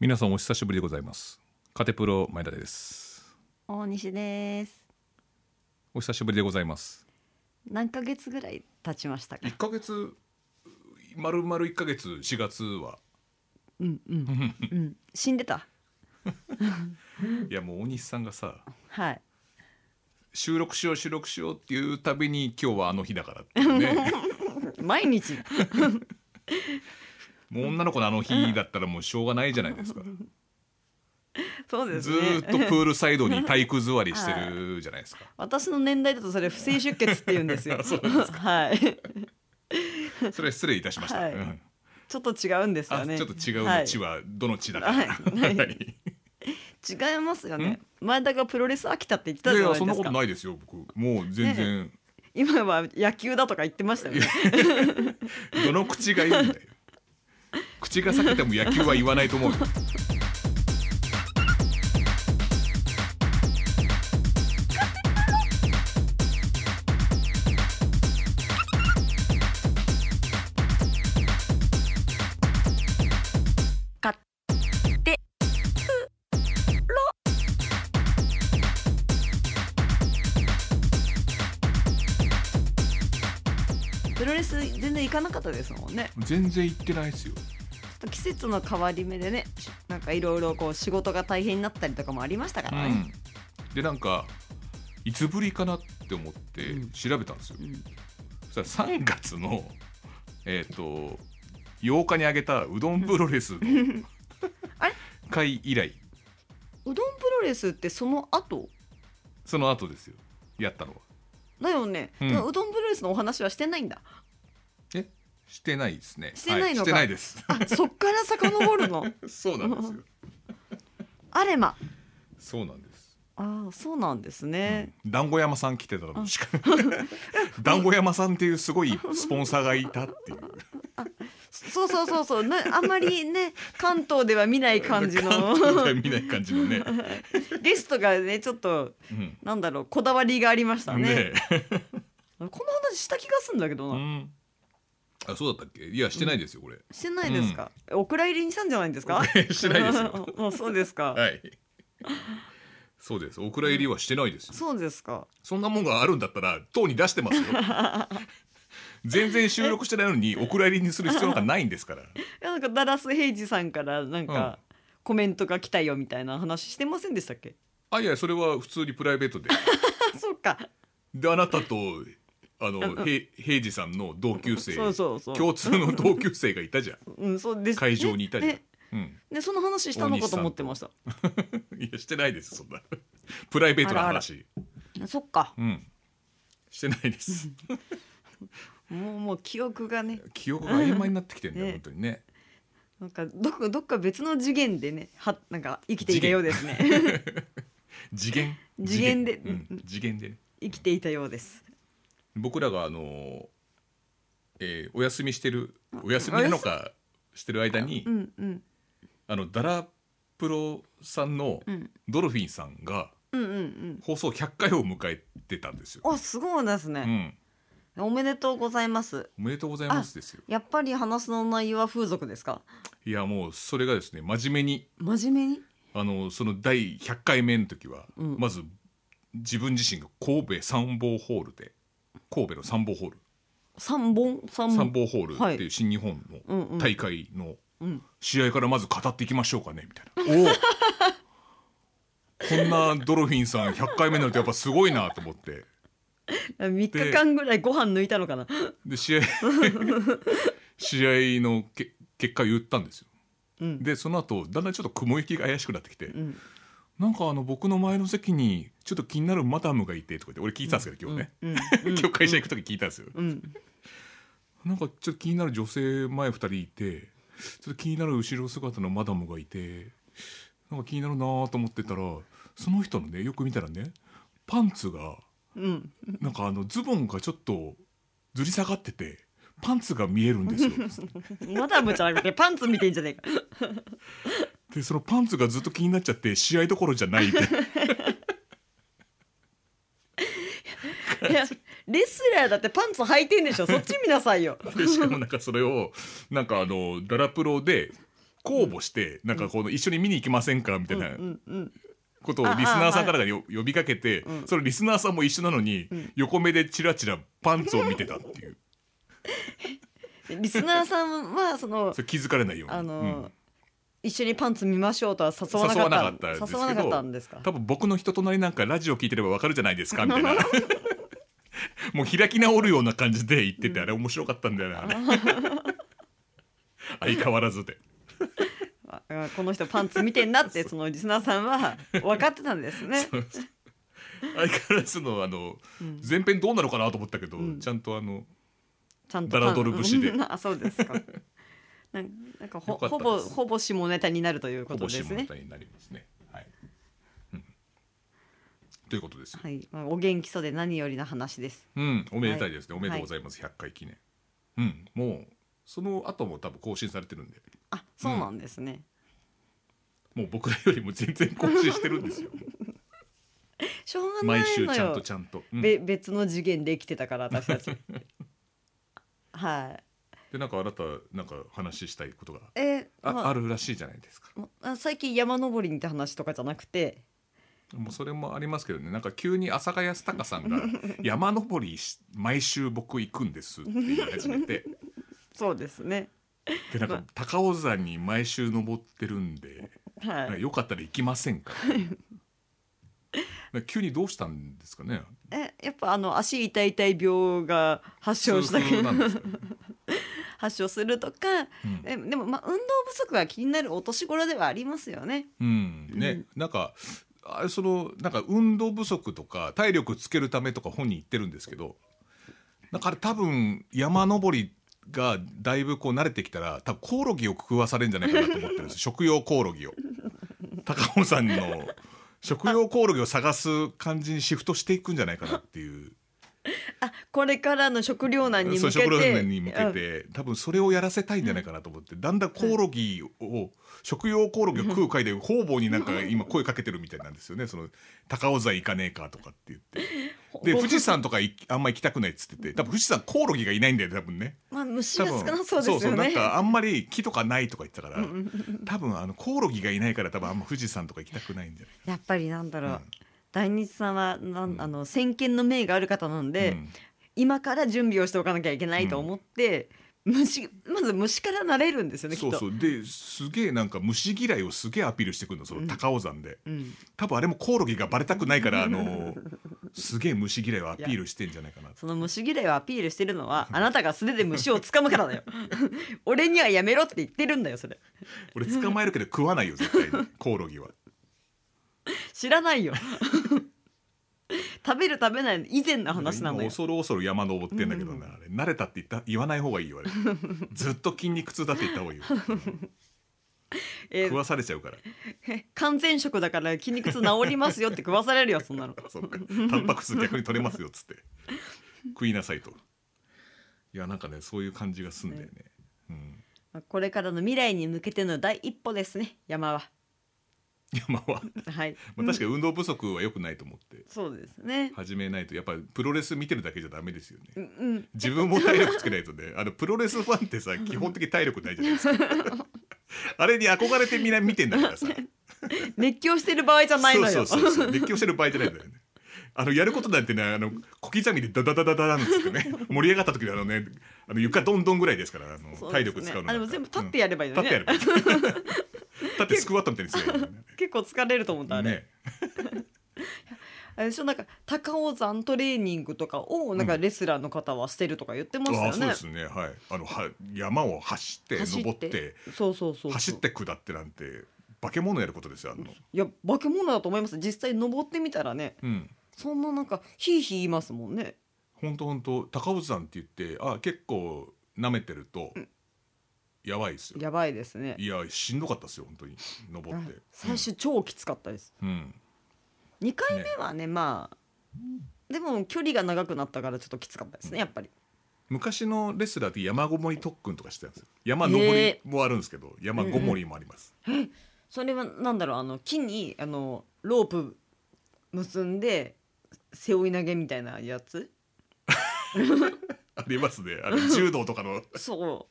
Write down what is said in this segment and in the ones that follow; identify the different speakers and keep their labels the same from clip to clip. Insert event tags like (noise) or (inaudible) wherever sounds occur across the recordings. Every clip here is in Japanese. Speaker 1: 皆さんお久しぶりでございますカテプロ前田です
Speaker 2: 大西です。
Speaker 1: お久しぶりでございます
Speaker 2: 何ヶ月ぐらい経ちましたか
Speaker 1: 1。ヶ月まるまる1ヶ月4月は
Speaker 2: うんうん。うん。死んでた。
Speaker 1: いやもう大西さんがさ
Speaker 2: はい。
Speaker 1: 収録しよう収録しようっていうたびに今日はあの日だからっていうね (laughs)
Speaker 2: 毎日。
Speaker 1: もう女の子のあの日だったらもうしょうがないじゃないですか
Speaker 2: そうで
Speaker 1: ず
Speaker 2: すね。
Speaker 1: ーっとプールサイドに体育座りして (laughs) るじゃないですか
Speaker 2: 私の年代だとそれ不正出血って言うんですよ。
Speaker 1: (laughs) そう
Speaker 2: はい。
Speaker 1: それは失礼いたしました、
Speaker 2: はい
Speaker 1: うん
Speaker 2: ちょっと違うんですよ
Speaker 1: あ
Speaker 2: ね。
Speaker 1: ちょっと違う
Speaker 2: は
Speaker 1: の
Speaker 2: い
Speaker 1: 地はどの地だから、
Speaker 2: はい
Speaker 1: (laughs) はい
Speaker 2: 違いますよね。前田がプロレス飽きたって言って
Speaker 1: い
Speaker 2: た
Speaker 1: や
Speaker 2: じ
Speaker 1: い
Speaker 2: ゃな
Speaker 1: や
Speaker 2: いです
Speaker 1: そ
Speaker 2: か。
Speaker 1: んなことないですよ僕もう全然、
Speaker 2: 今は野球だとか言ってましたよね。
Speaker 1: どの口がいいんだよ。口が裂けても野球は言わないと思うよ。っ
Speaker 2: 買
Speaker 1: て
Speaker 2: プロレス全然行かなかったですもんね。
Speaker 1: 全然言ってないですよ。
Speaker 2: ちょっと季節の変わり目でね、しなんかいろいろこう仕事が大変になったりとかもありましたからね。
Speaker 1: でなんかいつぶりかなって思って
Speaker 2: うん
Speaker 1: 調べたんですよ。
Speaker 2: うん
Speaker 1: そしたら3月のえっ、と8日にあげたうどんプロレスの
Speaker 2: (laughs) あれ
Speaker 1: 会以来
Speaker 2: うどんプロレスってその後
Speaker 1: その後ですよやったのは。
Speaker 2: だよね、
Speaker 1: うん
Speaker 2: だからうどんプロレスのお話はしてないんだ
Speaker 1: えしてないですね。
Speaker 2: してないのか
Speaker 1: はい、してない
Speaker 2: あそっから遡
Speaker 1: (laughs)
Speaker 2: るの
Speaker 1: です。 (laughs) そうなん
Speaker 2: (laughs)
Speaker 1: ですよ。
Speaker 2: あれま
Speaker 1: そうなんです。
Speaker 2: ああそうなんですね、
Speaker 1: うん団子山さん来てたの (laughs) しか団子山さんっていうすごいスポンサーがいたっていう
Speaker 2: そうそうそうそうなあんまりね関東では見ない感じ
Speaker 1: 関
Speaker 2: の
Speaker 1: 東では見ない感じのね、
Speaker 2: ゲストがねちょっと
Speaker 1: うん
Speaker 2: なんだろうこだわりがありましたね
Speaker 1: ね
Speaker 2: この話した気がすんだけど
Speaker 1: う
Speaker 2: な、
Speaker 1: んあそうだったっけいやしてないですよこれ、
Speaker 2: してないですか、お蔵入りにしたんじゃないんですか
Speaker 1: (laughs) してないですよ
Speaker 2: (laughs) あそうですか、
Speaker 1: はいそうですお蔵入りはしてないですよ、
Speaker 2: そうですか
Speaker 1: そんなもんがあるんだったらとうに出してます (laughs) よ全然収録してないのにお蔵入りにする必要なんかないんですから
Speaker 2: いやなんかダラス平治さんからなんか、コメントが来たよみたいな話してませんでしたっけ
Speaker 1: あいやそれは普通にプライベートで
Speaker 2: あ (laughs) そうか
Speaker 1: であなたとあのへ平治さんの同級生
Speaker 2: そうそうそ
Speaker 1: (laughs)
Speaker 2: う
Speaker 1: 共通の同級生がいたじゃん
Speaker 2: うん、そうです
Speaker 1: 会場にいたじゃん
Speaker 2: ね、
Speaker 1: うん、
Speaker 2: ねその話したのかと思ってました
Speaker 1: いやしてないですそんな (laughs) プライベートな話
Speaker 2: そっか
Speaker 1: うんしてないです
Speaker 2: もうもう記憶がね
Speaker 1: (laughs) 記憶が曖昧になってきてるんだよ、
Speaker 2: ね
Speaker 1: 本当にね
Speaker 2: なんかどっかどっか別の次元でねはなんか生きていたようですね
Speaker 1: (laughs) 次元
Speaker 2: 次元で
Speaker 1: うん次元でね
Speaker 2: (laughs) 生きていたようです
Speaker 1: 僕らがあのーえーお休みしてるお休みなのかしてる間に、
Speaker 2: うんうん
Speaker 1: あのダラプロさんの
Speaker 2: うん
Speaker 1: ドルフィンさんが
Speaker 2: うんうんうん
Speaker 1: 放送100回を迎えてたんですよ、
Speaker 2: あすごいです
Speaker 1: う
Speaker 2: ね、
Speaker 1: ん、
Speaker 2: おめでとうございます
Speaker 1: おめでとうございますですよ
Speaker 2: やっぱり話の内容は風俗ですか
Speaker 1: いやもうそれがですね真面目に
Speaker 2: 真面目に
Speaker 1: あのその第100回目の時は、
Speaker 2: うん
Speaker 1: まず自分自身が神戸三本ホールで神戸の三本ホール、
Speaker 2: 三本三
Speaker 1: 三本ホール
Speaker 2: はい
Speaker 1: っていう新日本
Speaker 2: うんう
Speaker 1: の
Speaker 2: ん
Speaker 1: 大会の
Speaker 2: うん
Speaker 1: 試合からまず語っていきましょうかねみたいな、おおこんなドルフィンさん100回目になるとやっぱすごいなと思って
Speaker 2: 3日間ぐらいご飯抜いたのかな
Speaker 1: で
Speaker 2: (laughs)
Speaker 1: 試合試合のけ結果言ったんですよ
Speaker 2: うん
Speaker 1: でその後だんだんちょっと雲行きが怪しくなってきて、
Speaker 2: うん
Speaker 1: なんかあの僕の前の席にちょっと気になるマダムがいてとか言って俺聞いてたんですけど、今日ね、
Speaker 2: うん
Speaker 1: 今日会社行く時聞いたんですよ、
Speaker 2: うん
Speaker 1: なんかちょっと気になる女性前2人いてちょっと気になる後ろ姿のマダムがいてなんか気になるなーと思ってたらその人のねよく見たらねパンツが
Speaker 2: うん
Speaker 1: なんかあのズボンがちょっとずり下がっててパンツが見えるん (laughs) ですよ
Speaker 2: マダムじゃなくてパンツ見てんじゃねえか
Speaker 1: でそのパンツがずっと気になっちゃって試合どころじゃないって
Speaker 2: いやレスラーだってパンツ履いてんでしょそっち見なさいよ
Speaker 1: でしかもなんかそれをなんかあのダラプロで公募してなんかこの一緒に見に行きませんかみたいな
Speaker 2: うんうん
Speaker 1: ことを
Speaker 2: あ
Speaker 1: リスナーさんからがよ呼びかけて、
Speaker 2: うん
Speaker 1: そのリスナーさんも一緒なのに、
Speaker 2: ん
Speaker 1: 横目でチラチラパンツを見てたって
Speaker 2: (laughs)
Speaker 1: いう
Speaker 2: うんリスナーさんはその
Speaker 1: それ気づかれないように、
Speaker 2: あの、
Speaker 1: うん
Speaker 2: 一緒にパンツ見ましょうとは誘わなかった
Speaker 1: 誘
Speaker 2: 誘
Speaker 1: わ
Speaker 2: わ
Speaker 1: なか
Speaker 2: なか
Speaker 1: っ
Speaker 2: ったた
Speaker 1: ん
Speaker 2: んですか
Speaker 1: 多分僕の人となりなんかラジオ聞いてればわかるじゃないです
Speaker 2: (laughs)
Speaker 1: かみたいなもう開き直るような感じで言ってて、あれ面白かったんだよなあれ (laughs) 相変わらずで
Speaker 2: ああこの人パンツ見てんなってそのリスナーさんは分かってたんですね
Speaker 1: (laughs) 相変わらずのあの、
Speaker 2: うん
Speaker 1: 前編どうなのかなと思ったけど、
Speaker 2: うん
Speaker 1: ちゃんとあの
Speaker 2: ちゃんと
Speaker 1: ダラドル節で
Speaker 2: あそうで
Speaker 1: (laughs)
Speaker 2: すかなんなんかほ
Speaker 1: よかった
Speaker 2: ほぼ
Speaker 1: です
Speaker 2: ほぼ下ネタになるというこ
Speaker 1: ほ
Speaker 2: と
Speaker 1: ぼ
Speaker 2: で
Speaker 1: 下
Speaker 2: す
Speaker 1: ネ
Speaker 2: ね
Speaker 1: タになりますね。はい、うんということですよ。
Speaker 2: はい、まあお元気そうで何よりの話です
Speaker 1: うん、おめでたいですね。おめでとうございます。100回記念。うん、もうその後も多分更新されてるんで、
Speaker 2: あそうなんですね、
Speaker 1: もう僕らよりも全然更新してるんです
Speaker 2: (laughs)
Speaker 1: よ。
Speaker 2: しょうがない
Speaker 1: 毎週
Speaker 2: の
Speaker 1: ちゃん
Speaker 2: よ
Speaker 1: とちゃんと。うん、で
Speaker 2: べ別の次元で生きてたから私たち (laughs) はい
Speaker 1: なんかあなたなんか話したいことが
Speaker 2: えー
Speaker 1: あ,、
Speaker 2: まあ
Speaker 1: あるらしいじゃないですか。
Speaker 2: まあ最近山登りに行った話とかじゃなくて
Speaker 1: もうそれもありますけどねなんか急に阿佐ヶ谷スタカさん
Speaker 2: (laughs)
Speaker 1: が「山登りし毎週僕行くんです」って言い始め
Speaker 2: (laughs)
Speaker 1: て
Speaker 2: そうですね
Speaker 1: でなんか高尾山に毎週登ってるんで、
Speaker 2: はい、
Speaker 1: よかったら行きませ
Speaker 2: (laughs)
Speaker 1: んかなんか急にどうしたんですかね
Speaker 2: えやっぱあの足痛い痛い病が発症した
Speaker 1: 痛風なんですかね
Speaker 2: (laughs) 発症するとか
Speaker 1: うん
Speaker 2: えでもまあ運動不足が気になるお年頃ではありますよね。
Speaker 1: うんね、なんかあれそのなんか運動不足とか体力つけるためとか本に言ってるんですけどだから多分山登りがだいぶこう慣れてきたら多分コオロギを食わされるんじゃないかなと思ってるんです (laughs) 食用コオロギを高尾さんの食用コオロギを探す感じにシフトしていくんじゃないかなっていう
Speaker 2: あこれからの食糧難に
Speaker 1: そ
Speaker 2: 向
Speaker 1: う
Speaker 2: けて
Speaker 1: 食糧難に向け
Speaker 2: うん
Speaker 1: て多分それをやらせたいんじゃないかなと思ってだんだんコオロギを食用コオロギを食う会で方々になんか今声かけてるみたいなんですよねその高尾山行かねえかとかって言ってで
Speaker 2: ほ
Speaker 1: 富士山とか行きあんま行きたくないっつってて多分富士山コオロギがいないんだよね多分ね
Speaker 2: まあ虫
Speaker 1: 多
Speaker 2: が
Speaker 1: 分
Speaker 2: 少なそうですよね。
Speaker 1: そうなんかあんまり木とかないとか言ってたから多分あのコオロギがいないから多分あんま富士山とか行きたくないんじゃない
Speaker 2: やっぱりなんだろう、
Speaker 1: うん
Speaker 2: 大日さんはなん、
Speaker 1: うん
Speaker 2: あの先見の明がある方なんで、
Speaker 1: うん
Speaker 2: 今から準備をしておかなきゃいけないと思って、虫まず虫から慣れるんですよねき
Speaker 1: そ
Speaker 2: っ
Speaker 1: う
Speaker 2: と。
Speaker 1: そうですげえなんか虫嫌いをすげえアピールしてくるのその高尾山で。
Speaker 2: うん
Speaker 1: 多分あれもコオロギがバレたくない
Speaker 2: (laughs)
Speaker 1: からあのすげえ虫嫌いをアピールしてんじゃないかな
Speaker 2: その虫嫌いをアピールしてるのはあなたが素手で虫を掴むから
Speaker 1: (laughs)
Speaker 2: だよ俺にはやめろって言ってるんだよそれ
Speaker 1: 俺捕まえるけど食わないよ絶対にコオロギは
Speaker 2: 知らないよ (laughs) 食べる食べないの以前の話なの
Speaker 1: 今
Speaker 2: よ
Speaker 1: 恐る恐る山登ってんだけどな、あれ慣れたって言った言わない方がいいよあれずっと筋肉痛だって言った方がいいよ
Speaker 2: (laughs) えー
Speaker 1: 食わされちゃうから
Speaker 2: 完全食だから筋肉痛治りますよって食わされるよそんなの
Speaker 1: そっかタンパク質逆に取れますよっつって食いなさいといやなんかねそういう感じがすんだよねうん
Speaker 2: これからの未来に向けての第一歩ですね山は
Speaker 1: 山は、
Speaker 2: はい、
Speaker 1: まあ、確かに運動不足は良くないと思って
Speaker 2: そうですね
Speaker 1: 始めないとやっぱりプロレス見てるだけじゃダメですよね
Speaker 2: うんうん
Speaker 1: 自分も体力つけないとね (laughs) あのプロレスファンってさ基本的に体力ないじゃないですか
Speaker 2: (laughs)
Speaker 1: あれに憧れてみんな見てんだからさ
Speaker 2: 熱狂してる場合じゃないのよ
Speaker 1: そうそうそうそう熱狂してる場合じゃないんだよねあのやることなんてねあの小刻みでダダダダダなんつって
Speaker 2: (laughs)
Speaker 1: ね盛り上がった時のあのねあの床どんどんぐらいですからあの、
Speaker 2: そうですね
Speaker 1: 体力使うの
Speaker 2: あでも全部立ってやればいいの
Speaker 1: う
Speaker 2: ね
Speaker 1: ん立ってやればいい (laughs) 立ってスクワットみたいにすればいいのね
Speaker 2: 結構疲れると思ったあれ、
Speaker 1: ね
Speaker 2: あれでしょなんか高尾山トレーニングとかをなんかレスラーの方はしてるとか言ってました
Speaker 1: あ
Speaker 2: よ
Speaker 1: あそう
Speaker 2: ね
Speaker 1: で。すねはいあのは山を走って
Speaker 2: 走
Speaker 1: 登って
Speaker 2: そうそうそうそう
Speaker 1: 走って下ってなんて化け物やることですよあんの
Speaker 2: いや化け物だと思います実際登ってみたらね
Speaker 1: うん
Speaker 2: そんななんかヒーヒー言いますもんね
Speaker 1: 本当本当高尾山って言ってあ結構舐めてると、やばいですよ
Speaker 2: やばいですね
Speaker 1: いやしんどかったですよ本当に登って
Speaker 2: 最初超きつかったです、
Speaker 1: うん、うん
Speaker 2: 二回目はねまあでも距離が長くなったからちょっときつかったですねやっぱり
Speaker 1: 昔のレスラーって山ごもり特訓とかしてたんですよ山登り
Speaker 2: へ
Speaker 1: もあるんですけど、山ごもりもあります、
Speaker 2: それはなんだろうあの木にあのロープ結んで背負い投げみたいなやつ (laughs)
Speaker 1: ありますねあの柔道とかの
Speaker 2: そ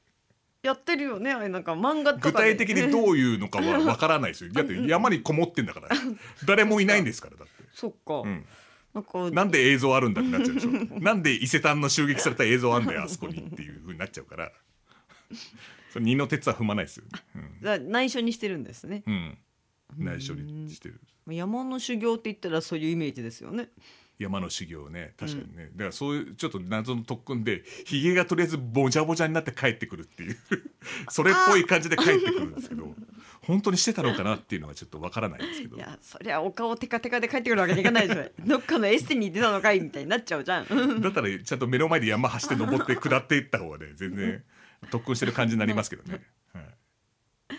Speaker 2: うやってるよねあれなんか漫画と
Speaker 1: 具
Speaker 2: かで
Speaker 1: 体的にどういうのかはわからないですよだって山にこもってんだから誰もいないんですからだって、
Speaker 2: (laughs) そっか、
Speaker 1: うん、
Speaker 2: なんか
Speaker 1: なんで映像あるんだってなっちゃうでしょなんで伊勢丹の襲撃された映像あんだよあそこにっていうふうになっちゃうからそれ二の鉄は踏まないですよ、ね
Speaker 2: だ内緒にしてるんですね
Speaker 1: うんうん、内緒にしてる
Speaker 2: まあ山の修行って言ったらそういうイメージですよね
Speaker 1: 山の修行ね確かにね、だからそういうちょっと謎の特訓でひげがとりあえずぼちゃぼちゃになって帰ってくるっていう (laughs) それっぽい感じで帰ってくるんですけど本当にしてたろうかなっていうのはちょっとわからないですけど
Speaker 2: いやそりゃお顔テカテカで帰ってくるわけにいかないじゃん
Speaker 1: (laughs)
Speaker 2: どっかのエステに行ってたのかいみたいになっちゃうじゃん
Speaker 1: だったらちゃんと目の前で山走って登って下っていった方がね全然特訓してる感じになりますけどね、はい、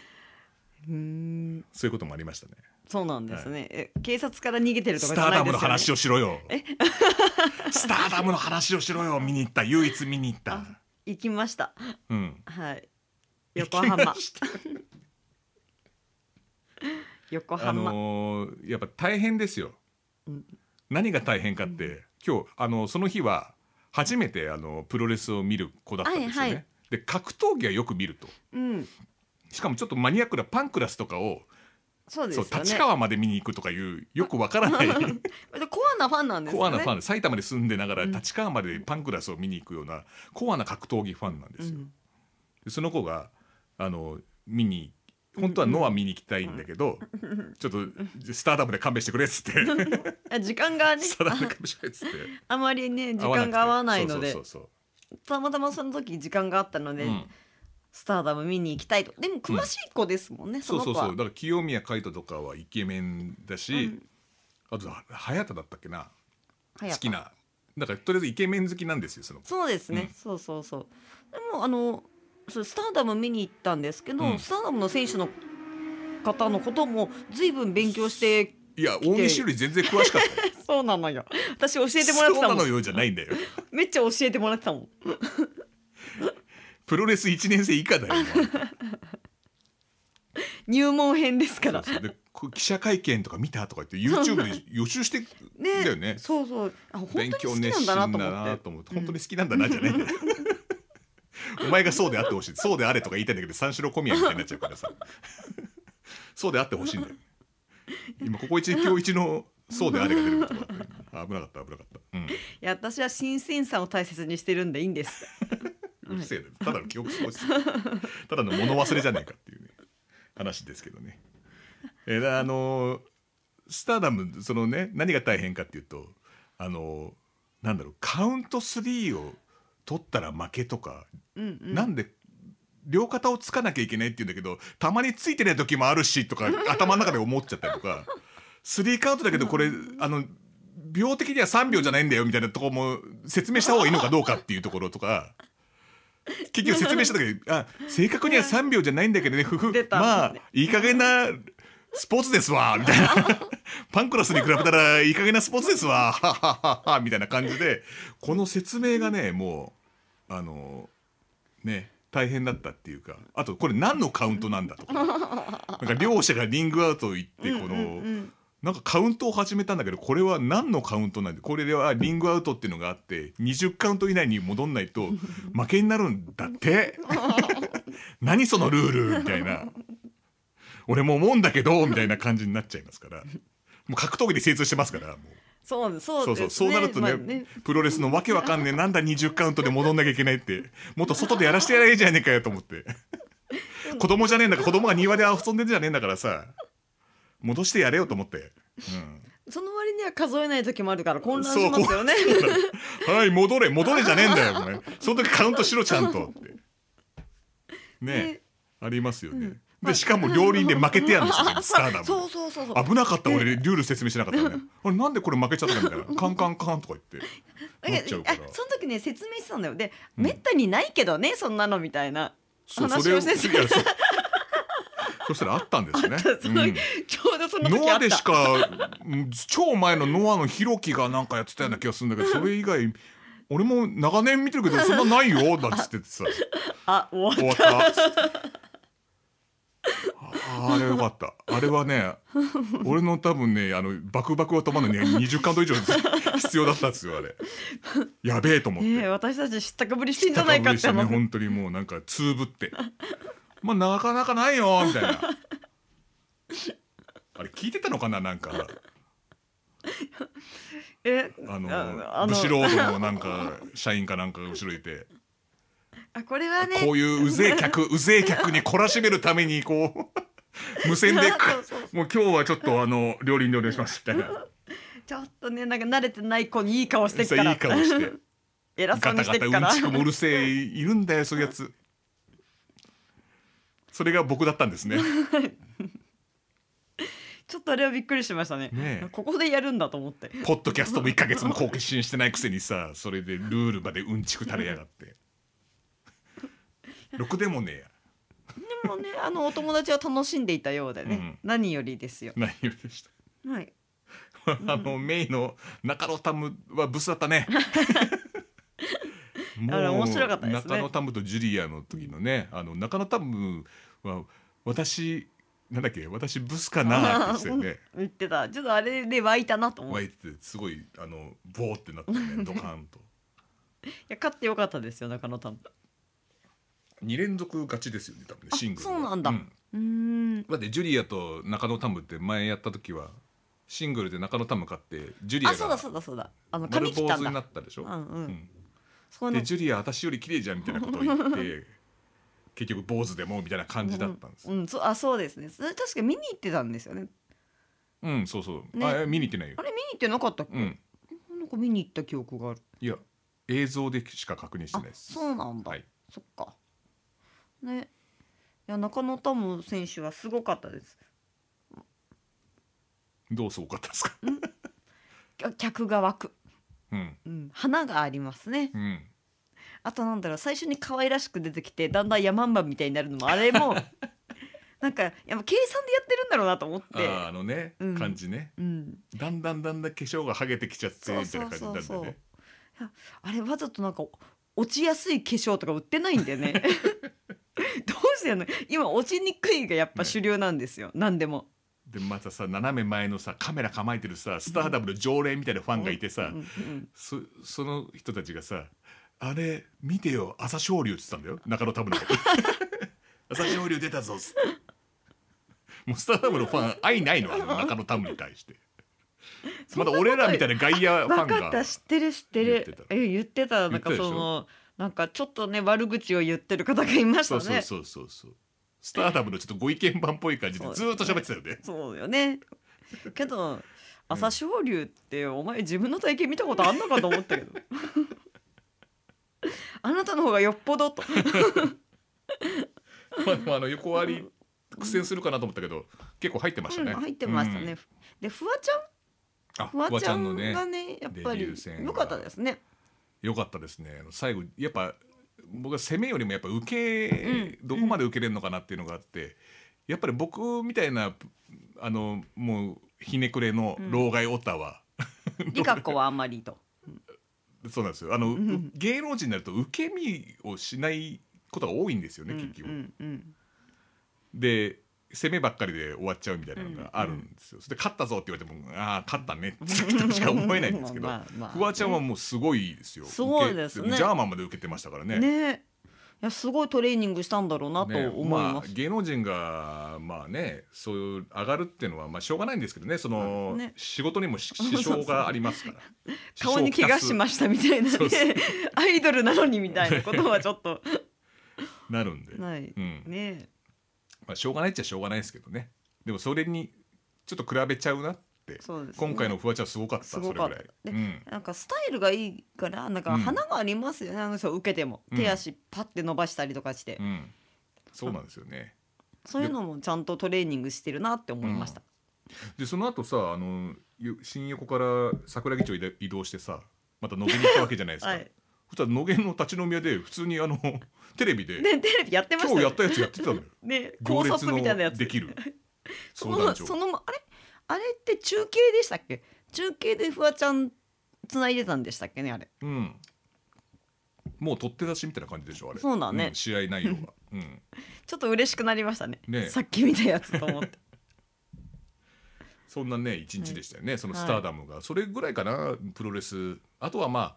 Speaker 2: うん
Speaker 1: そういうこともありましたね
Speaker 2: そうなんですね、え警察から逃げてると
Speaker 1: ス
Speaker 2: かじ
Speaker 1: タ
Speaker 2: ゃ
Speaker 1: ー
Speaker 2: ない
Speaker 1: ダ
Speaker 2: で
Speaker 1: ム
Speaker 2: すよ、ね、
Speaker 1: の話をしろよ (laughs) スターダムの話をしろよ見に行った唯一見に行った
Speaker 2: あ行きました
Speaker 1: うん
Speaker 2: はい横浜横
Speaker 1: あ
Speaker 2: 浜、
Speaker 1: のーやっぱ大変ですよ、
Speaker 2: うん
Speaker 1: 何が大変かって、今日あのその日は初めてあのプロレスを見る子だったんですよね、
Speaker 2: はいはい
Speaker 1: で格闘技はよく見ると
Speaker 2: うん
Speaker 1: しかもちょっとマニアックなパンクラスとかを
Speaker 2: そうです
Speaker 1: そ
Speaker 2: よ
Speaker 1: う
Speaker 2: ね
Speaker 1: 立川まで見に行くとかいうよくわからない
Speaker 2: コアなファンなんですよ
Speaker 1: コ
Speaker 2: ね
Speaker 1: アなファン埼玉で住んでながら
Speaker 2: うん
Speaker 1: 立川までパンクラスを見に行くようなコアな格闘技ファンなんですよ。
Speaker 2: うん
Speaker 1: でその子があの見に本当はノア見に行きたいんだけど、ちょっとスターダムで勘弁してくれっ
Speaker 2: (laughs)
Speaker 1: つって
Speaker 2: あ時間がね
Speaker 1: スターダムで勘弁してくれっつって
Speaker 2: あまりね時
Speaker 1: 合わなく
Speaker 2: 間
Speaker 1: て
Speaker 2: が合わないので
Speaker 1: そうそう
Speaker 2: たまたまその時時間があったの
Speaker 1: そう
Speaker 2: で、
Speaker 1: そう、うん
Speaker 2: スターダム見に行きたいとでも詳しい子ですもんね、
Speaker 1: そ
Speaker 2: そ
Speaker 1: う
Speaker 2: の
Speaker 1: そ
Speaker 2: 子
Speaker 1: う
Speaker 2: は
Speaker 1: そうだから清宮海斗とかはイケメンだし、
Speaker 2: うん
Speaker 1: あとは早田だったっけな
Speaker 2: 早
Speaker 1: 好
Speaker 2: 田
Speaker 1: きなだからとりあえずイケメン好きなんですよその子
Speaker 2: そうですね、
Speaker 1: うん
Speaker 2: そうそうそうでもあのそうスターダム見に行ったんですけど、
Speaker 1: うん
Speaker 2: スターダムの選手の方のことも随分勉強して
Speaker 1: いや大西より全然詳しか
Speaker 2: (laughs)
Speaker 1: ったよ
Speaker 2: そうなのよ私教えてもらって
Speaker 1: そう
Speaker 2: た
Speaker 1: な
Speaker 2: も
Speaker 1: の
Speaker 2: ん
Speaker 1: よじゃないんだよ
Speaker 2: めっちゃ教えてもらってたもん
Speaker 1: プロレス1年生以下だよお前
Speaker 2: 入門編ですから
Speaker 1: そうそうでこ記者会見とか見たとか言って YouTube で予習して
Speaker 2: ね
Speaker 1: だよね
Speaker 2: そうそうあ本当に
Speaker 1: 勉
Speaker 2: 好
Speaker 1: 強
Speaker 2: きな
Speaker 1: 熱
Speaker 2: ん
Speaker 1: 心
Speaker 2: だ
Speaker 1: だ
Speaker 2: なと思
Speaker 1: な
Speaker 2: って
Speaker 1: と思って本当に好きなんだなじゃない
Speaker 2: (laughs)
Speaker 1: んだよお前がそうであってほしいそうであれとか言いたいんだけど三四郎小宮みたいになっちゃうからさそうであってほし
Speaker 2: (laughs)
Speaker 1: いんだよ今ここ一今日一のそうであれが出ることがあって危なかった危なかった、うん、
Speaker 2: いや私は新鮮さを大切にしてるんでいい
Speaker 1: (laughs)
Speaker 2: んです
Speaker 1: うるせえなただの記憶喪失ただの物忘れじゃねえかっていうね話ですけどねえーだあのースターダムそのね何が大変かっていうとあのーなんだろうカウント3を取ったら負けとか、
Speaker 2: うんうん
Speaker 1: なんで両肩をつかなきゃいけないっていうんだけどたまについてない時もあるしとか頭の中で思っちゃったりとか3カウントだけどこれあの秒的には3秒じゃないんだよみたいなとこも説明した方がいいのかどうかっていうところとか結局説明した時にあ正確には3秒じゃないんだけどねふふ、
Speaker 2: 出た
Speaker 1: まあいい加減なスポーツですわみたい
Speaker 2: (laughs)
Speaker 1: なパンクラスに比べたらいい加減なスポーツですわははははみたいな感じでこの説明がねもうあのね大変だったっていうかあとこれ何のカウントなんだと
Speaker 2: (laughs)
Speaker 1: かなんか両者がリングアウト行ってこの、
Speaker 2: うんうん
Speaker 1: なんかカウントを始めたんだけどこれは何のカウントなんでこれではリングアウトっていうのがあって20カウント以内に戻んない
Speaker 2: (laughs)
Speaker 1: と負けになるんだって何そのルールみたいな俺も思うんだけどみたいな感じになっちゃいますからもう格闘技で精通してますからもう。
Speaker 2: そうそ
Speaker 1: そ
Speaker 2: う
Speaker 1: う
Speaker 2: です
Speaker 1: そ
Speaker 2: ね
Speaker 1: うそうなるとね,、
Speaker 2: まあね
Speaker 1: プロレスのわけわかんねえなんだ20カウントで戻んなきゃいけないってもっと外でやらしてやれじゃねえかよと思って子供じゃねえんだから子供が庭で遊んでんじゃねえんだからさ戻してやれよと思って、
Speaker 2: その割には数えない時もあるから混乱
Speaker 1: そう
Speaker 2: しますよね
Speaker 1: うん、はい戻れ戻れじゃねえんだよお前その時カウントしろちゃんとって
Speaker 2: (laughs)
Speaker 1: ねえ
Speaker 2: ね
Speaker 1: ありますよね、
Speaker 2: まあ
Speaker 1: でしかも両輪で負けてやるんですよね、スターダム
Speaker 2: そうそうそうそう
Speaker 1: 危なかった俺ルール説明しなかったねあれなんでこれ負けちゃったんだよカンカンカンとか言って
Speaker 2: だ
Speaker 1: な
Speaker 2: け
Speaker 1: っちゃう
Speaker 2: ど
Speaker 1: か
Speaker 2: あ
Speaker 1: ら
Speaker 2: その時ね説明してたんだよで、めったにないけどねそんなのみたいな
Speaker 1: そう
Speaker 2: 話
Speaker 1: それ
Speaker 2: をして
Speaker 1: いやそう (laughs) そしたらあったんですね。
Speaker 2: (laughs) その、ちょうどそ
Speaker 1: うん
Speaker 2: の時
Speaker 1: ノ
Speaker 2: あ
Speaker 1: ア
Speaker 2: った
Speaker 1: でしかうん超前のノアのヒロキがなんかやってたような気がするんだけどそれ以外俺も長年見てる
Speaker 2: (laughs)
Speaker 1: けどそんなないよだっつっててさ
Speaker 2: あ終わ
Speaker 1: 終わ
Speaker 2: っ (laughs)
Speaker 1: ったああれよかったあれはね俺の多分ねあのバクバク頭のね20カウント以上必要だったんですよあれやべえと思って、
Speaker 2: ねえ私たち知ったかぶりしてんじゃないかって
Speaker 1: 高ぶり
Speaker 2: 思
Speaker 1: してね
Speaker 2: う
Speaker 1: 本当にもうなんかつぶってまあなかなかないよみたいなあれ聞いてたのかななんか
Speaker 2: え
Speaker 1: あの
Speaker 2: ああの
Speaker 1: ブシロードのなんか社員かなんかが後ろいて
Speaker 2: あこれはね
Speaker 1: こういううぜえ客うぜえ客に懲らしめるためにこ
Speaker 2: (laughs)
Speaker 1: う無線で
Speaker 2: そうそう
Speaker 1: もう今日はちょっとあの料理にお願いしますみたいな
Speaker 2: ちょっとねなんか慣れてない子にいい顔してっ
Speaker 1: そ
Speaker 2: か
Speaker 1: う
Speaker 2: ら
Speaker 1: いい顔して。
Speaker 2: (laughs) 偉そう
Speaker 1: ガタ
Speaker 2: にし
Speaker 1: ガ
Speaker 2: て
Speaker 1: タ
Speaker 2: っ
Speaker 1: う
Speaker 2: から
Speaker 1: んちくもうるせえいるんだよそういうやつそれが僕だったんですね
Speaker 2: (laughs) ちょっとあれはびっくりしましたね
Speaker 1: ねえ
Speaker 2: ここでやるんだと思って
Speaker 1: ポッドキャストも1か月も更新してないくせにさそれでルールまでうんちく垂れやがって (laughs) ろくでもねえや
Speaker 2: でもねあのお友達は楽しんでいたようでね、
Speaker 1: うん
Speaker 2: 何よりですよ
Speaker 1: 何よりでした
Speaker 2: はい
Speaker 1: あのメイの中野タムはブスだったねも
Speaker 2: (laughs) あれ面白かったですね
Speaker 1: 中野タムとジュリアの時のねあの中野タムは私なんだっけ私ブスかなって言ってたよね
Speaker 2: (laughs) 言ってたちょっとあれで湧いたなと思っ
Speaker 1: 湧
Speaker 2: てい
Speaker 1: いててすごいあのボーってなってねドカーン
Speaker 2: (laughs)
Speaker 1: と
Speaker 2: や勝ってよかったですよ中野さん
Speaker 1: 二連続勝ちですよね多分ね
Speaker 2: あ
Speaker 1: シングル
Speaker 2: そうなんだうーん
Speaker 1: だってジュリアと中野タムって前やった時はシングルで中野タム勝ってジュリア
Speaker 2: あそうだ
Speaker 1: が
Speaker 2: そうだそうだあの
Speaker 1: 丸
Speaker 2: 髪切っ
Speaker 1: 坊
Speaker 2: た
Speaker 1: 主
Speaker 2: ん
Speaker 1: にな
Speaker 2: だ
Speaker 1: ったでしょ、
Speaker 2: うんうん
Speaker 1: うん
Speaker 2: その
Speaker 1: でジュリア私より綺麗じゃんみたいなことを言って (laughs) 結局坊主でもみたいな感じだったんですよ
Speaker 2: うん、そうあそうですねそれ確か見に行ってたんですよね
Speaker 1: うん、そうそう、
Speaker 2: ね
Speaker 1: あ見に行ってないよ
Speaker 2: あれ見に行ってなかったっけ、
Speaker 1: うん
Speaker 2: なんか見に行った記憶がある
Speaker 1: いや映像でしか確認して
Speaker 2: あ
Speaker 1: ないです
Speaker 2: そうなんだ、
Speaker 1: はい
Speaker 2: そっかねいや中野タム選手はすごかったです
Speaker 1: どうすごかったですか
Speaker 2: 客客が湧く、
Speaker 1: うん
Speaker 2: うん、花がありますね
Speaker 1: うん
Speaker 2: あとなんだろう最初に可愛らしく出てきてだんだん山んばみたいになるのもあ
Speaker 1: (laughs)
Speaker 2: れもなんかやっぱ計算でやってるんだろうなと思っ
Speaker 1: あ
Speaker 2: て
Speaker 1: ーあのね、
Speaker 2: うん
Speaker 1: 感じね
Speaker 2: うん
Speaker 1: だんだんだんだん化粧が剥げてきちゃって
Speaker 2: そう
Speaker 1: みたい
Speaker 2: そ
Speaker 1: な
Speaker 2: う
Speaker 1: 感じ
Speaker 2: そ
Speaker 1: になるんだよ
Speaker 2: うそう
Speaker 1: ね
Speaker 2: いやあれわざとなんか落ちやすい化粧とか売ってないんだよね
Speaker 1: (laughs)
Speaker 2: どうしてやんの今落ちにくいがやっぱ主流なんですよ、何でも
Speaker 1: でまたさ斜め前のさカメラ構えてるさスターダムの常連みたいなファンがいてさ、
Speaker 2: うんうん
Speaker 1: そその人たちがさ「あれ見てよ朝青龍」っつったんだよ中野タブのこと
Speaker 2: (laughs)
Speaker 1: 朝青龍出たぞ」っつってもうスターダムのファン愛ないのあの中野タブに対してまだ俺らみたいな外野ファ
Speaker 2: 分
Speaker 1: ン
Speaker 2: かっ
Speaker 1: が
Speaker 2: た知ってる知って
Speaker 1: 言って
Speaker 2: る
Speaker 1: た
Speaker 2: え言ってたなんかそのなんかちょっとね悪口を言ってる方がいました
Speaker 1: そう
Speaker 2: ね
Speaker 1: そうそうそうそうスターダムのちょっとご意見番っぽい感じでずーっと喋ってたよね
Speaker 2: そうよね。けど朝青龍ってお前自分の体型見たことあんのかと思った
Speaker 1: (laughs)
Speaker 2: けどあなたの方がよっぽどと
Speaker 1: まあでもあの横割り苦戦するかなと思ったけど結構入ってましたね、
Speaker 2: うん入ってましたね、でフワち
Speaker 1: うん、あ
Speaker 2: ゃん
Speaker 1: フ
Speaker 2: フワ
Speaker 1: ワ
Speaker 2: ち
Speaker 1: ち
Speaker 2: ゃ
Speaker 1: ゃ
Speaker 2: ん
Speaker 1: ん
Speaker 2: が
Speaker 1: の
Speaker 2: ね
Speaker 1: ね
Speaker 2: やっぱ
Speaker 1: デビュ
Speaker 2: り
Speaker 1: ー戦が
Speaker 2: 良かったですね
Speaker 1: よかったですねあの最後やっぱ僕は攻めよりもやっぱ受け、どこまで受けれるのかなっていうのがあって、やっぱり僕みたいなあのもうひねくれの老害オタは、
Speaker 2: リカ子はあんまりと
Speaker 1: そうなんですよあの、
Speaker 2: ん
Speaker 1: 芸能人になると受け身をしないことが多いんですよね、結局。
Speaker 2: うん
Speaker 1: (laughs)
Speaker 2: うん
Speaker 1: で攻めばっかりで終わっちゃうみたいなのがあるんですよ。それで勝ったぞって言われてもああ勝ったねってしか思えないんですけど、
Speaker 2: (laughs) まあまあ
Speaker 1: フワちゃんはもうすごいですよ。
Speaker 2: そうですね
Speaker 1: 受けジャーマンまで受けてましたから
Speaker 2: うんねいやすごいトレーニングしたんだろうなと
Speaker 1: ね
Speaker 2: 思います、
Speaker 1: あ、芸能人がまあねそういう上がるっていうのはまあしょうがないんですけどねその、
Speaker 2: ね
Speaker 1: 仕事にもし支障がありますから
Speaker 2: (laughs) 顔に怪我し
Speaker 1: ま
Speaker 2: ましたみたいなね
Speaker 1: そうそう
Speaker 2: (laughs) アイドルなのにみたいなことはちょっと
Speaker 1: なるんで、
Speaker 2: ない
Speaker 1: (laughs) うん
Speaker 2: ね
Speaker 1: まあ、しょうがないっちゃしょうがないですけどねでもそれにちょっと比べちゃうなって、
Speaker 2: そうですね
Speaker 1: 今回のフワちゃんすごかった
Speaker 2: すごかった
Speaker 1: それぐ
Speaker 2: で
Speaker 1: らい、うん、
Speaker 2: なんかスタイルがいいからなんか
Speaker 1: うん
Speaker 2: 花がありますよね、あの人受けても
Speaker 1: うん
Speaker 2: 手足パッて伸ばしたりとかして、
Speaker 1: うん、そうなんですよね
Speaker 2: そういうのもちゃんとトレーニングしてるなって思いました、
Speaker 1: でその後さあのよ新横から桜木町移動移動してさまた野毛に行ったわけじゃないですか、
Speaker 2: はい
Speaker 1: そしたら野毛の立ち飲み屋で普通にあのテレビで
Speaker 2: でテレビやってまし
Speaker 1: 今
Speaker 2: た
Speaker 1: 日や
Speaker 2: よ
Speaker 1: ったやつやって
Speaker 2: (laughs)
Speaker 1: たのよ
Speaker 2: ねね
Speaker 1: 行
Speaker 2: 考
Speaker 1: 列
Speaker 2: 察みたいなや
Speaker 1: の
Speaker 2: つ
Speaker 1: でき
Speaker 2: (laughs)
Speaker 1: る相
Speaker 2: この
Speaker 1: 談所
Speaker 2: そのあれあれって中継でしたっけ中継でフワちゃんつないでたんでしたっけねあれ
Speaker 1: うんもう取って出しみたいな感じでしょあれ
Speaker 2: そうだね
Speaker 1: ん (laughs) 試合内容が、うん、
Speaker 2: ちょっと嬉しくなりましたね
Speaker 1: ね (laughs)
Speaker 2: さっき見たやつと思って
Speaker 1: そんなね一日でしたよね、そのスターダムが、それぐらいかなプロレスあとはまあ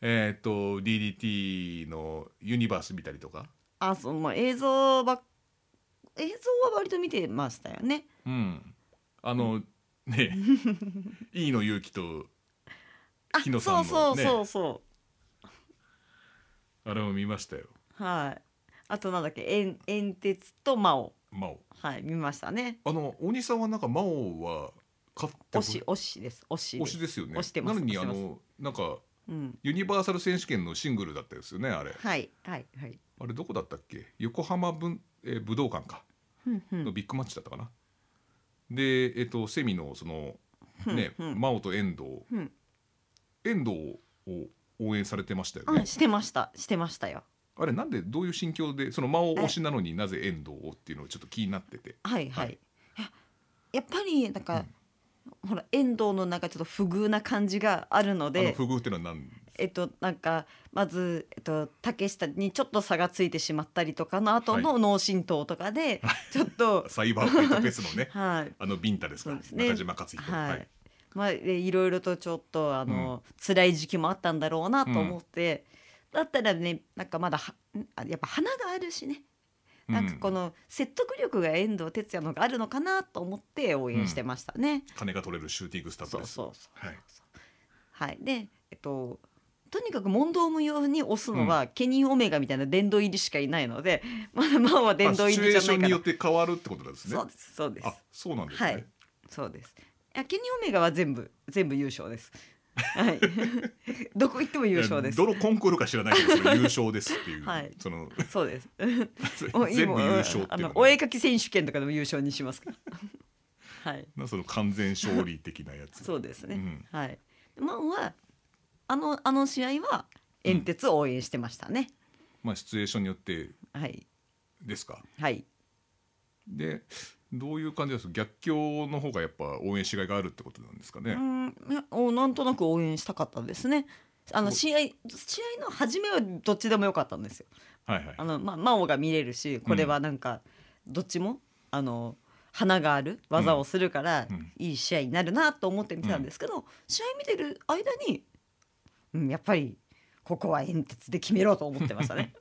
Speaker 1: えっ、と DDT のユニバース見たりとか
Speaker 2: あそうまあ映像ばっ映像は割と見てましたよね
Speaker 1: うんあの、ね (laughs) いいの勇気と
Speaker 2: あ
Speaker 1: 木野さんのね
Speaker 2: そうそうそうそ
Speaker 1: あれも見ましたよ
Speaker 2: うはいあとなんだっけえん煙鉄と魔王
Speaker 1: 真央
Speaker 2: はい見ましたね
Speaker 1: あの大西さんはなんか真央は勝って
Speaker 2: 推
Speaker 1: ほ
Speaker 2: し推しです推しで
Speaker 1: 推
Speaker 2: す
Speaker 1: しですよね
Speaker 2: 推してます
Speaker 1: なのにあ
Speaker 2: 推して
Speaker 1: のなんか
Speaker 2: うん
Speaker 1: ユニバーサル選手権のシングルだったですよねあれ
Speaker 2: はいはいはい
Speaker 1: あれどこだったっけ横浜文、えー武道館か
Speaker 2: うんうん
Speaker 1: のビッグマッチだったかな、でえっ、とセミのそのね、
Speaker 2: うんうん
Speaker 1: 真央と遠藤
Speaker 2: うん
Speaker 1: 遠藤を応援されてましたよ
Speaker 2: う
Speaker 1: ね
Speaker 2: ん、、してましたしてましたよ
Speaker 1: あれなんでどういう心境でその真央推しなのになぜ遠藤をっていうのをちょっと気になってて
Speaker 2: はいはい、
Speaker 1: はい
Speaker 2: ややっぱりなんか、ほら遠藤のなんかちょっと不遇な感じがあるの
Speaker 1: あの
Speaker 2: で
Speaker 1: 不遇ってのは何
Speaker 2: えっとなんかまず、えっと、竹下にちょっと差がついてしまったりとかの後の脳震盪とかで、ちょ (laughs) っと
Speaker 1: サイバーファイトフェスの
Speaker 2: (laughs)
Speaker 1: ね
Speaker 2: はい
Speaker 1: あのビンタですか
Speaker 2: そうですね
Speaker 1: 中島克彦
Speaker 2: はい、まあでいろいろとちょっとあの、辛い時期もあったんだろうなと思って、だったらねなんかまだはあやっぱ花があるしねなんかこ
Speaker 1: うん
Speaker 2: の説得力が遠藤哲也の方があるのかなと思って応援してましたね。
Speaker 1: 金が取れるシューティングスタッフ
Speaker 2: そう
Speaker 1: です
Speaker 2: そうそう。
Speaker 1: はい
Speaker 2: はい、で、えっと、とにかく問答無用に押すのは、ケニー・オメガみたいな殿堂入りしかいないので、 (laughs) まあ、まあまあ殿
Speaker 1: ま
Speaker 2: 堂
Speaker 1: あシチ
Speaker 2: 入
Speaker 1: ュエ
Speaker 2: り
Speaker 1: ー
Speaker 2: じ
Speaker 1: シ
Speaker 2: ゃ
Speaker 1: ョン
Speaker 2: な
Speaker 1: に
Speaker 2: い
Speaker 1: よ
Speaker 2: か
Speaker 1: って変わるってことなんです
Speaker 2: ら。
Speaker 1: ね
Speaker 2: そうです、そうです
Speaker 1: あ。そうなんですね、
Speaker 2: はい、そうです。いや、ケニー・オメガは全部、全部優勝です。はい。 (laughs) どこ行っても優勝です
Speaker 1: ど。のコンクールか知らないけどそれ優勝ですって
Speaker 2: (laughs)
Speaker 1: いう、
Speaker 2: はい
Speaker 1: その
Speaker 2: そう
Speaker 1: (laughs)
Speaker 2: です。もういい
Speaker 1: 全部優勝
Speaker 2: もう
Speaker 1: って
Speaker 2: あ
Speaker 1: いう
Speaker 2: の
Speaker 1: の
Speaker 2: お絵
Speaker 1: ね
Speaker 2: かき選手権とかでも優勝にしますから。 (laughs) はい。
Speaker 1: なその完全勝利的なやつ
Speaker 2: そうですね。
Speaker 1: うん
Speaker 2: はい。まあ、は。あの、あの試合は。遠鉄を応援してましたね。
Speaker 1: まあシチュエーションによって
Speaker 2: はい。
Speaker 1: ですか
Speaker 2: はい。
Speaker 1: でどういう感じです逆境の方がやっぱ応援しがいがあるってことなんですかね、
Speaker 2: うん、いやおなんとなく応援したかったですね。あの
Speaker 1: そう
Speaker 2: 試合試合の初めはどっちでもよかったんですよ。
Speaker 1: はいはい
Speaker 2: あのまあ真央が見れるし、これはなんかどっちも、あの花がある技をするから、
Speaker 1: うん
Speaker 2: いい試合になるなと思って見てたんですけど、試合見てる間に、うん、やっぱりここは演鉄で決めろと思ってまし
Speaker 1: (laughs)
Speaker 2: たね。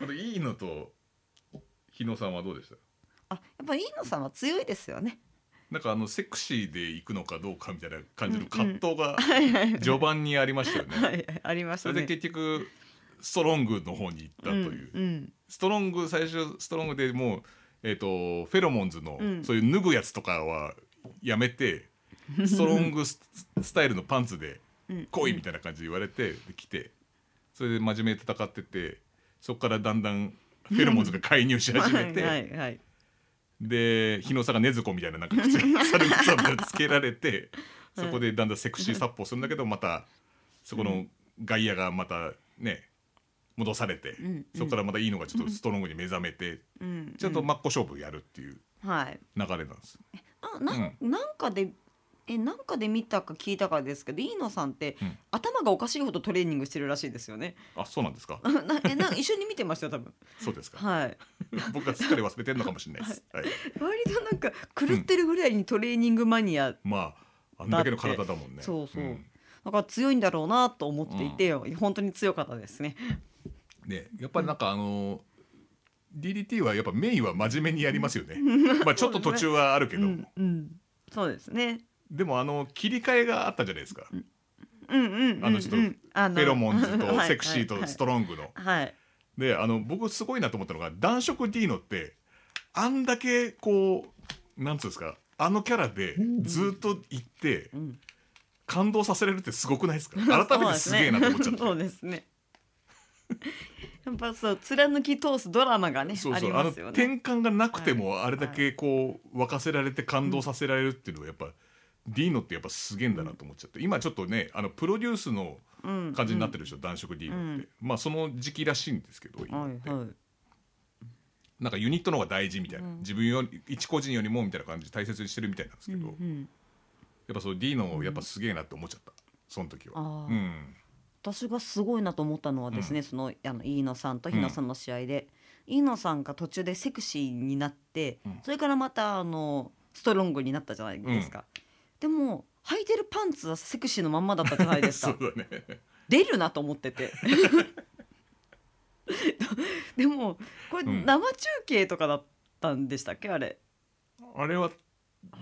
Speaker 1: あといいのと日野さんはどうでした
Speaker 2: あやっぱり飯野さんは強いですよね。
Speaker 1: なんかあのセクシーで行くのかどうかみたいな感じの葛藤が序盤にありましたよね、
Speaker 2: はいありまし
Speaker 1: そ
Speaker 2: た
Speaker 1: れで
Speaker 2: ね。
Speaker 1: 結局ストロングの方に行ったという、
Speaker 2: うんうん
Speaker 1: ストロング最初ストロングでもう、えー、とフェロモンズの、
Speaker 2: うん
Speaker 1: そういう脱ぐやつとかはやめてストロングススタイルのパンツで
Speaker 2: うん
Speaker 1: 来いみたいな感じで言われて来てそれで真面目に戦っててそこからだんだんフェロモンズが介入し始めて、
Speaker 2: はいはい、
Speaker 1: で日野さんがねずこみたいななんか口
Speaker 2: (laughs)
Speaker 1: に猿草みたいなのつけられてそこでだんだんセクシー殺法するんだけどまたそこの外野がまたね戻されて、
Speaker 2: ん
Speaker 1: そこからまたいいのがちょっとストロングに目覚めて、
Speaker 2: うん、
Speaker 1: ちゃんと真っ向勝負やるっていう
Speaker 2: はい。
Speaker 1: 流れなんです。
Speaker 2: あなんなんかでえなんかで見たか聞いたかですけど飯野さんって、
Speaker 1: うん
Speaker 2: 頭がおかしいほどトレーニングしてるらしいですよね。 (laughs)
Speaker 1: あそうなんですか
Speaker 2: なえなんか一緒に見てましたよ多分。
Speaker 1: そうですか (laughs)
Speaker 2: はい。
Speaker 1: 僕はすっかり忘れてるのかもしれないです。はい、
Speaker 2: 割となんか狂ってるぐらいにトレーニングマニア、
Speaker 1: まああんだけの体だもんね。
Speaker 2: そうそう。
Speaker 1: ん
Speaker 2: だから強いんだろうなと思っていて、本当に強かったですね。
Speaker 1: ねやっぱりなんかあの DDT はやっぱメインは真面目にやりますよね。まあちょっと途中はあるけ
Speaker 2: う
Speaker 1: ど、
Speaker 2: んうんそうですね。
Speaker 1: でもあの切り替えがあったじゃないですか、
Speaker 2: うんうんうんうん、
Speaker 1: あのちょっと
Speaker 2: あ
Speaker 1: フ
Speaker 2: の
Speaker 1: ェロモンズと
Speaker 2: (laughs) はい
Speaker 1: セクシーとストロングの。
Speaker 2: はいはい
Speaker 1: であの僕すごいなと思ったのが男色ディーノってあんだけこうなんつうんですかあのキャラでずっと行って
Speaker 2: ん
Speaker 1: 感動させれるってすごくないですか
Speaker 2: (laughs)
Speaker 1: 改めてすげえなと思っちゃった。
Speaker 2: そうですね。 (laughs) やっぱそう貫き通すドラマがね
Speaker 1: そう
Speaker 2: あ
Speaker 1: そ
Speaker 2: り
Speaker 1: うあの
Speaker 2: ますよ
Speaker 1: 転
Speaker 2: ね。
Speaker 1: 換がなくてもあれだけこう沸かせられて感動させられるっていうのはやっぱディーノってやっぱすげえんだなと思っちゃって今ちょっとねあのプロデュースの
Speaker 2: うん
Speaker 1: 感じになってるでしょ男色ディーノってまあその時期らしいんですけど
Speaker 2: は
Speaker 1: 今って
Speaker 2: いはい。
Speaker 1: なんかユニットの方が大事みたいな
Speaker 2: うん
Speaker 1: 自分より一個人よりもみたいな感じで大切にしてるみたいなんですけどや
Speaker 2: うんうん
Speaker 1: っぱそうディーノやっぱすげえなって思っちゃったその時は。
Speaker 2: あ
Speaker 1: う
Speaker 2: ー
Speaker 1: ん
Speaker 2: 私がすごいなと思ったのはですね、そのあの飯野さんと日野さんの試合で、飯野さんが途中でセクシーになって、
Speaker 1: うん
Speaker 2: それからまたあのスストロングになったじゃないですか、でも履いてるパンツはセクシーのまんまだったじゃないです
Speaker 1: (laughs) そ
Speaker 2: か
Speaker 1: うだね
Speaker 2: 出るなと思って (laughs) てでもこれ
Speaker 1: うん
Speaker 2: 生中継とかだったんでしたっけあれ
Speaker 1: あれは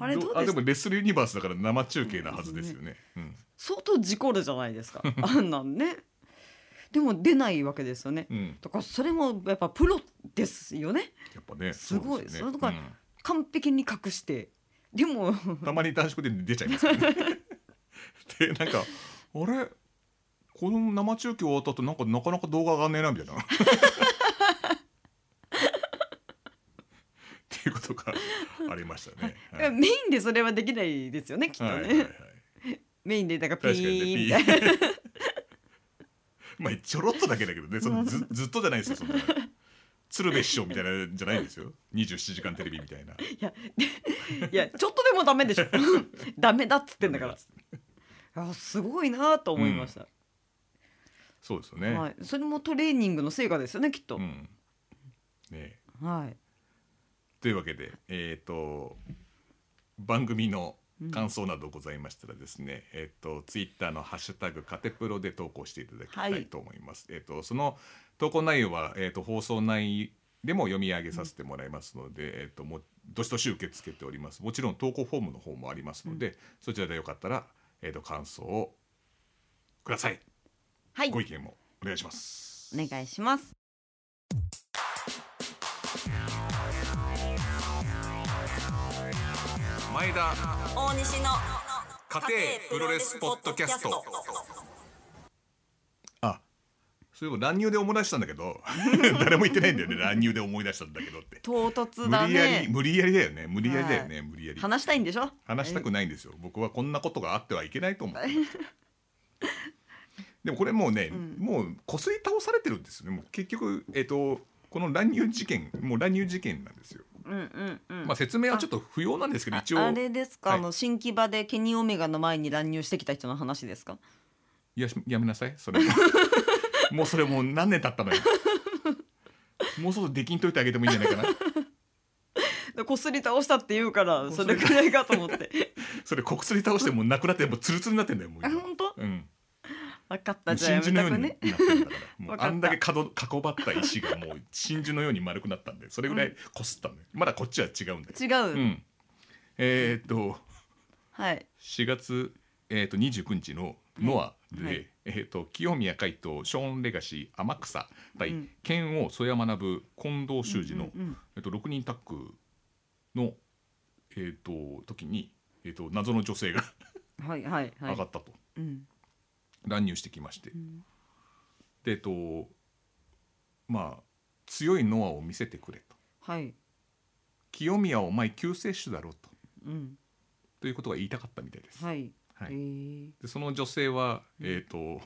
Speaker 2: あれどう
Speaker 1: あ
Speaker 2: で
Speaker 1: ですもレッスルユニバースだから生中継なはずですよね、うん
Speaker 2: 相当事故るじゃな
Speaker 1: (laughs)
Speaker 2: いですかあんなんねでも出ないわけですよね
Speaker 1: うん、
Speaker 2: とからそれもやっぱプロですよね
Speaker 1: やっぱね
Speaker 2: す
Speaker 1: そ
Speaker 2: ごい
Speaker 1: うです
Speaker 2: そ
Speaker 1: よね
Speaker 2: れとか
Speaker 1: うん
Speaker 2: 完璧に隠してでも
Speaker 1: たまに短縮で出ちゃいますけどねでなんかあれこの生中継終わった後なんかなかなか動画上がんねえなみたいなっていうことがありましたね、はい
Speaker 2: (laughs) メインでそれはできないですよねきっとね、
Speaker 1: はいはいはい
Speaker 2: メインでなんかピ
Speaker 1: 確かにね
Speaker 2: ーンみ
Speaker 1: ピ
Speaker 2: たいな
Speaker 1: ーまあちょろっとだけだけどねそのずずっとじゃないですよそんな鶴瓶師匠みたいなんじゃないんですよ27時間テレビみたいない
Speaker 2: や (laughs) でいやちょっとでもダメでしょ (laughs) ダメだっつってんだからあすごいなと思いました、
Speaker 1: そうですよね、
Speaker 2: はい、それもトレーニングの成果ですよねきっと、
Speaker 1: うんねえ
Speaker 2: はい
Speaker 1: というわけでえっ、と番組の感想などございましたらですね、えっ、とツイッターのハッシュタグカテプロで投稿していただきた
Speaker 2: はい
Speaker 1: いと思います、えっ、とその投稿内容はえっ、と放送内でも読み上げさせてもらいますので、えっ、ともうどしどし受け付けておりますもちろん投稿フォームの方もありますので、そちらでよかったらえっ、と感想をください
Speaker 2: はい
Speaker 1: ご意見もお願いします
Speaker 2: お願いします
Speaker 1: 前田
Speaker 3: 大西の
Speaker 1: 家庭プロレスポッドキャストあそういえば乱入で思い出したんだけど (laughs) 誰も言ってないんだよね乱入で思い出したんだけどって
Speaker 2: 唐突
Speaker 1: 無
Speaker 2: だ
Speaker 1: 理やり
Speaker 2: ね
Speaker 1: 無理やりだよね無理やりだよね、無理やり
Speaker 2: 話したいんでしょ
Speaker 1: 話したくないんですよ僕はこんなことがあってはいけないと思ってました
Speaker 2: (laughs)
Speaker 1: でもこれもうね、もうこすり倒されてるんですよねもう結局えっ、とこの乱入事件もう乱入事件なんですよ、
Speaker 2: うんうんうん、
Speaker 1: まあ説明はちょっと不要なんですけど
Speaker 2: あ
Speaker 1: 一応
Speaker 2: あれですか、
Speaker 1: はい
Speaker 2: あの新木場でケニー・オメガの前に乱入してきた人の話ですか
Speaker 1: いやしやめなさい
Speaker 2: (laughs)
Speaker 1: それももうそれもう何年経ったのよもうそろそろできんといてあげてもいいんじゃないかな
Speaker 2: でこすり倒したって言うから
Speaker 1: こす
Speaker 2: そ
Speaker 1: り
Speaker 2: れくらいかと思って
Speaker 1: (laughs) それこくすり倒してもうなくなってもうツルツルになってんだよもう
Speaker 2: あ
Speaker 1: 今
Speaker 2: 本当
Speaker 1: うん
Speaker 2: 分 (laughs) かったじゃあ
Speaker 1: 真
Speaker 2: や
Speaker 1: 珠
Speaker 2: め
Speaker 1: のよ
Speaker 2: た
Speaker 1: う
Speaker 2: く
Speaker 1: になってるん
Speaker 2: ね
Speaker 1: だからもう
Speaker 2: わかった
Speaker 1: あんだけ角囲ばった石がもう真珠のように丸くなったんでそれぐらいこすったのよ、まだこっちは違うんだよ、
Speaker 2: 違
Speaker 1: う
Speaker 2: う、
Speaker 1: ん、えー、っと
Speaker 2: はい
Speaker 1: 4月、えー、と29日のノアで、
Speaker 2: はい
Speaker 1: えー、と清宮海斗ショーン・レガシー天草対、
Speaker 2: うん
Speaker 1: 剣王曽谷学近藤修二の、
Speaker 2: うんうんうん
Speaker 1: えー、と6人タッグの、えー、と時に、えー、と謎の女性が
Speaker 2: はいはいは
Speaker 1: 上が
Speaker 2: い、
Speaker 1: ったと、
Speaker 2: うん
Speaker 1: 乱入してきまして、
Speaker 2: ん
Speaker 1: でえー、とまあ強いノアを見せてくれと
Speaker 2: はい
Speaker 1: 清宮はお前救世主だろうと
Speaker 2: うん
Speaker 1: ということが言いたかったみたいです。
Speaker 2: はい、
Speaker 1: はい
Speaker 2: えー
Speaker 1: でその女性は、えっ、と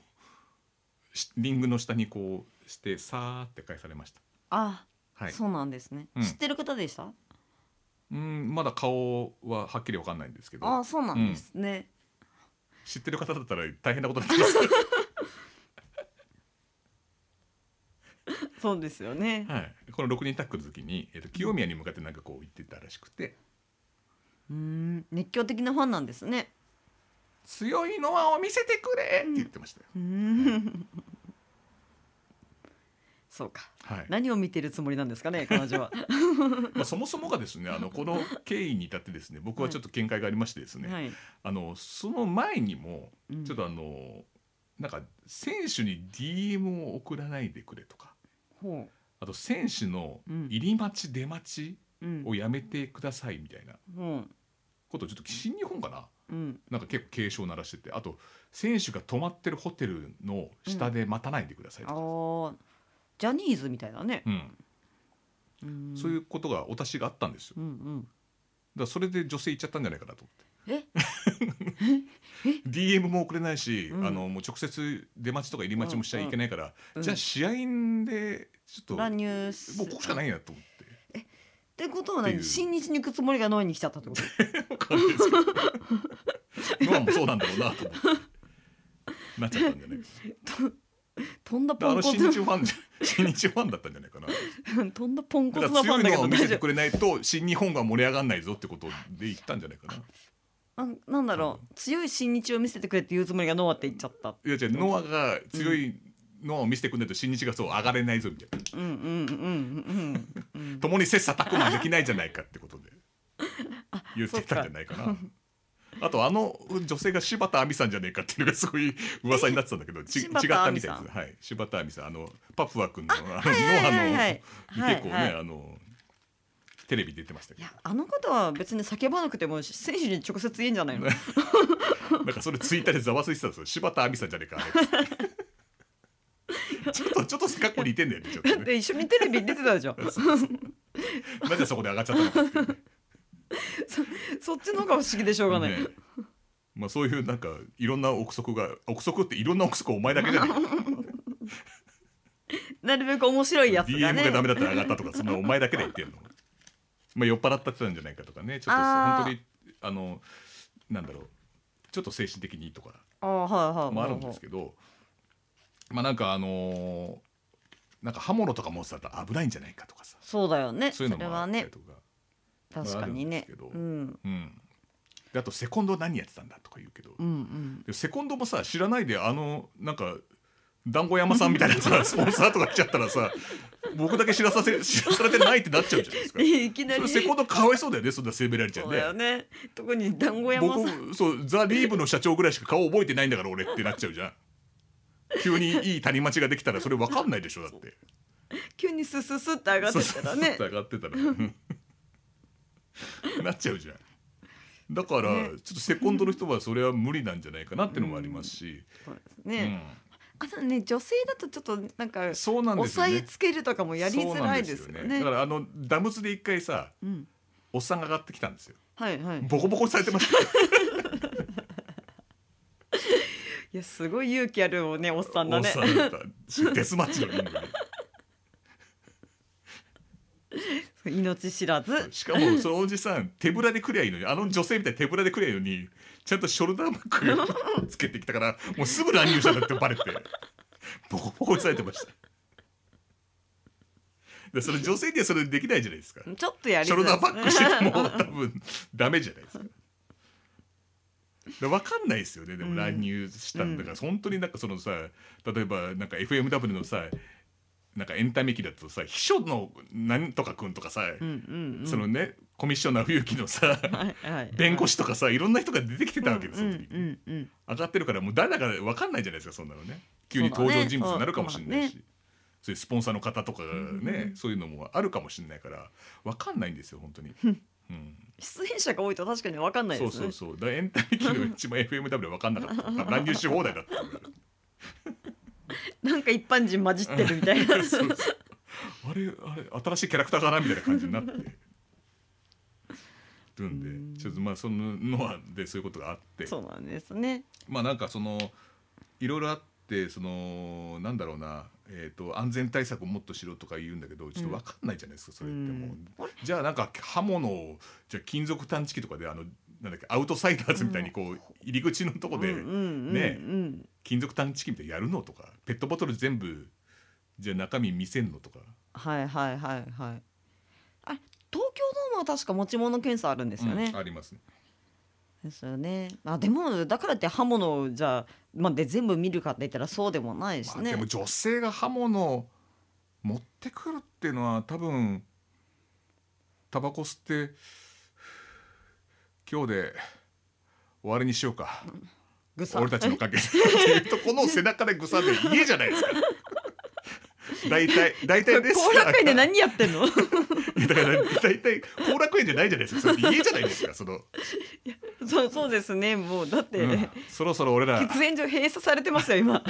Speaker 1: しリングの下にこうしてさーって返されました。
Speaker 2: あ、
Speaker 1: はい。
Speaker 2: そうなんですね、
Speaker 1: うん
Speaker 2: 知ってる方でした
Speaker 1: うんまだ顔ははっきりわかんないんですけど、
Speaker 2: あそうなんですね、
Speaker 1: 知ってる方だったら大変なことにな
Speaker 2: (laughs)
Speaker 1: ってます。
Speaker 2: そうですよね、
Speaker 1: はい。この六人タックの時にえっ、と清宮に向かってなんかこう言ってたらしくて、
Speaker 2: うーん熱狂的なファンなんですね
Speaker 1: 強いのはを見せてくれって言ってましたよ。
Speaker 2: うーんそうか
Speaker 1: はい。
Speaker 2: 何を見てるつもりなんですかね彼女は
Speaker 1: まあそもそもがですね、あのこの経緯に至ってですね、僕はちょっと見解がありまして (laughs) ですね、
Speaker 2: はい
Speaker 1: あのその前にも、
Speaker 2: うん
Speaker 1: ちょっとあのなんか選手に DM を送らないでくれとか
Speaker 2: ほ
Speaker 1: あと選手の
Speaker 2: うん
Speaker 1: 入り待ち出待ち
Speaker 2: ううん
Speaker 1: をやめてくださいみたいな
Speaker 2: うん
Speaker 1: ことをちょっと新日本かな
Speaker 2: うん
Speaker 1: なんか結構警鐘を鳴らしててあと選手が泊まってるホテルの下で待たないでください
Speaker 2: あ
Speaker 1: とか、
Speaker 2: ージャニーズみたいなね、
Speaker 1: うん
Speaker 2: うん、
Speaker 1: そういううことがお達しがあったんですよだか
Speaker 2: うん
Speaker 1: らそれで女性行っちゃったんじゃないかなと思って。
Speaker 2: うんえ
Speaker 1: (laughs) DM も送れないし、
Speaker 2: うん
Speaker 1: あのもう直接出待ちとか入り待ちもしちゃいけないから、
Speaker 2: うん
Speaker 1: じゃあ試合でちょっと
Speaker 2: 乱入す
Speaker 1: もうここしかないなと思って。
Speaker 2: ってことは
Speaker 1: ってい
Speaker 2: 何
Speaker 1: う
Speaker 2: 新日に行くつもりがノイに来ちゃったってこと
Speaker 1: (laughs) わかんないです
Speaker 2: (laughs)
Speaker 1: けどノアもそうなんだろうなと思
Speaker 2: (laughs)
Speaker 1: って。なっちゃったんじゃないか
Speaker 2: とんだ
Speaker 1: な。
Speaker 2: ポ
Speaker 1: あ
Speaker 2: ン
Speaker 1: の
Speaker 2: コ
Speaker 1: 新
Speaker 2: ツ
Speaker 1: (laughs) 日ファンじゃ新日ファンだったんじゃないかな
Speaker 2: どんなポンコ
Speaker 1: だ
Speaker 2: ツ
Speaker 1: から
Speaker 2: なフ
Speaker 1: 強
Speaker 2: ァン
Speaker 1: い
Speaker 2: だけ
Speaker 1: の
Speaker 2: ど
Speaker 1: を見せ
Speaker 2: 大丈
Speaker 1: て
Speaker 2: 夫
Speaker 1: くれないと新日本が盛り上がらないぞってことで言ったんじゃないかな
Speaker 2: あなんだろう強い新日を見せてくれって言うつもりがノアって言っちゃった
Speaker 1: いやじゃあノアが強いノアを見せてくれないと新日がそう上がれないぞみたいな
Speaker 2: うんうんうんうん
Speaker 1: (laughs)
Speaker 2: うん
Speaker 1: 共に切磋琢磨できないじゃないかってことで言ってたんじゃないかな。あとあの女性が柴田亜美さんじゃねえかっていうのがすごい噂になってたんだけどち違
Speaker 2: 柴
Speaker 1: った
Speaker 2: 田亜
Speaker 1: み
Speaker 2: 美
Speaker 1: たい
Speaker 2: さん
Speaker 1: です。はい、柴田亜美さんあのパプワ君のあのノアの
Speaker 2: はいはいはい
Speaker 1: 結構ね、
Speaker 2: はいはい
Speaker 1: あのテレビ出てました
Speaker 2: い
Speaker 1: け
Speaker 2: やあのことは別に叫ばなくても選手に直接言えんじゃな
Speaker 1: (laughs)
Speaker 2: いの
Speaker 1: どなんかそれツイッターでざわついてたんですよ柴田亜美さんじゃねえかあ
Speaker 2: (laughs)
Speaker 1: れちょっとちょっと格好似てんだよねちょっとね
Speaker 2: で一緒にテレビ出てた
Speaker 1: (laughs)
Speaker 2: じゃん
Speaker 1: なぜそこで上がっちゃったのかっていうね
Speaker 2: そっちの方が不思議でしょうがない、
Speaker 1: ねまあそういうなんかいろんな憶測が憶測っていろんな憶測お前だけじゃねえか
Speaker 2: なるべく面白 (laughs) いやつが
Speaker 1: DM
Speaker 2: ね
Speaker 1: がダメだったら上がったとかそんなお前だけで言ってんの、まあ、酔っ払ったってたんじゃないかとかねちょっと
Speaker 2: あ
Speaker 1: 本
Speaker 2: ー
Speaker 1: 当にあのなんだろうちょっと精神的にとか
Speaker 2: ああはいはいはい、
Speaker 1: もあるんですけどまあなんかあのーなんか刃物とか持ってたら危ないんじゃないかとかさ
Speaker 2: そうだよね
Speaker 1: そ
Speaker 2: そう
Speaker 1: いうの
Speaker 2: れ
Speaker 1: もあ
Speaker 2: は
Speaker 1: ったり
Speaker 2: ね
Speaker 1: とか、
Speaker 2: 確かにね
Speaker 1: あるんですけど
Speaker 2: うん
Speaker 1: うん、であとセコンド何やってたんだとか言うけど、
Speaker 2: うんうん。
Speaker 1: でセコンドもさ知らないであのなんか団子山さんみたいなさスポンサーとか来ちゃったらさ僕だけ知らさせ知らされてないってなっちゃうじゃないですか
Speaker 2: いきな
Speaker 1: そ
Speaker 2: り
Speaker 1: れセコンドかわいそうだよねそんな責められちゃ
Speaker 2: そううだよ
Speaker 1: ね。
Speaker 2: ね特に団子山さん
Speaker 1: 僕そうザ・リーブの社長ぐらいしか顔覚えてないんだから俺ってなっちゃうじゃん。急にいい谷町ができたらそれ分かんないでしょだって。
Speaker 2: 急にスススって上がってったらね
Speaker 1: そうそうそう上がってたら (laughs) なっちゃうじゃんだから、
Speaker 2: ね
Speaker 1: ちょっとセコンドの人はそれは無理なんじゃないかなってのもありますし、
Speaker 2: そうです
Speaker 1: う
Speaker 2: ね、あとね女性だとちょっとなんか
Speaker 1: んそうなんで
Speaker 2: 押
Speaker 1: すよ
Speaker 2: さえ
Speaker 1: ね
Speaker 2: つけるとかもやりづらいですよ
Speaker 1: そうなん
Speaker 2: ね
Speaker 1: だからあのダムズで一回さ
Speaker 2: うん
Speaker 1: おっさんが上がってきたんですよ
Speaker 2: はいはい
Speaker 1: ボコボコにされてましたよ
Speaker 2: いやすごい勇気あるもんねおっさんだね (laughs)
Speaker 1: おっさんだったデスマッチのリングで
Speaker 2: 命知らず
Speaker 1: しかもそのおじさん手ぶらでくりゃいいのにあの女性みたいに手ぶらでくりゃいいのにちゃんとショルダーバッグ (laughs) つけてきたからもうすぐ乱入者だってバレてボコボコにされてましたでそれ女性にはそれできないじゃないですか
Speaker 2: ちょっとやり
Speaker 1: ショ
Speaker 2: づ
Speaker 1: ル
Speaker 2: ら
Speaker 1: ダ
Speaker 2: い
Speaker 1: ーバックしてても多分ダメじゃないですか。で分かんないですよねでも乱入したんだから、本当になんかそのさ例えばなんか FMW のさなんかエンタメ機だとさ秘書のなんとかくんとかさ、
Speaker 2: うんうんうん
Speaker 1: そのねコミッショナー冬木のさ
Speaker 2: (laughs) はいはい
Speaker 1: 弁護士とかさいろんな人が出てきてたわけです
Speaker 2: う
Speaker 1: よ、
Speaker 2: ん
Speaker 1: その時に
Speaker 2: うんうんうん
Speaker 1: 上がってるからもう誰だか分かんないじゃないですかそんなのね急に登場人物になるかもしれないし
Speaker 2: そうだねそうだ
Speaker 1: そう,、いうスポンサーの方とかがね、そういうのもあるかもしれないから分かんないんですよ本当に。うん、
Speaker 2: 出演者が多いと確かに分かんない
Speaker 1: そ
Speaker 2: で
Speaker 1: う
Speaker 2: す
Speaker 1: そ
Speaker 2: ね
Speaker 1: うそうだからエンタメ機の一番 FMW 分かんなかった乱入し放題だった
Speaker 2: なんか一般人混じってるみたいな
Speaker 1: (laughs) そうそうあれあれ新しいキャラクターかなみたいな感じにな
Speaker 2: (laughs)
Speaker 1: ってるんでちょっとまあそののはでそういうことがあって
Speaker 2: (laughs) そうなんですね
Speaker 1: まあなんかそのいろいろあってそのなんだろうな、えー、と安全対策をもっとしろとか言うんだけどちょっと分かんないじゃないですか、それってもう、
Speaker 2: うんあれ
Speaker 1: じゃあなんか刃物をじゃあ金属探知機とかであのなんだっけアウトサイダーズみたいにこう入り口のとこで、
Speaker 2: うんうん
Speaker 1: ね
Speaker 2: うんうん
Speaker 1: 金属探知機みたいなのやるのとかペットボトル全部じゃあ中身見せんのとか
Speaker 2: はいはいはいはいあれ東京ドームは確か持ち物検査あるんですよね、
Speaker 1: うんありますね
Speaker 2: ですよねあでもだからって刃物をじゃあ、まあ、で全部見るかって言ったらそうでもないし
Speaker 1: まあ、
Speaker 2: ね、
Speaker 1: でも女性が刃物を持ってくるっていうのは多分タバコ吸って今日で終わりにしようか
Speaker 2: ぐさ
Speaker 1: 俺たちの関係っていうとこの背中でぐさで家じゃない
Speaker 2: (laughs)
Speaker 1: ですか大体大体です
Speaker 2: 後楽園で何やってんの (laughs)
Speaker 1: いやだから大体後楽園じゃないじゃないですかそれ家じゃないですかその、
Speaker 2: そうそうですねもうだって、
Speaker 1: うんそろそろ俺ら
Speaker 2: 喫煙所閉鎖されてますよ今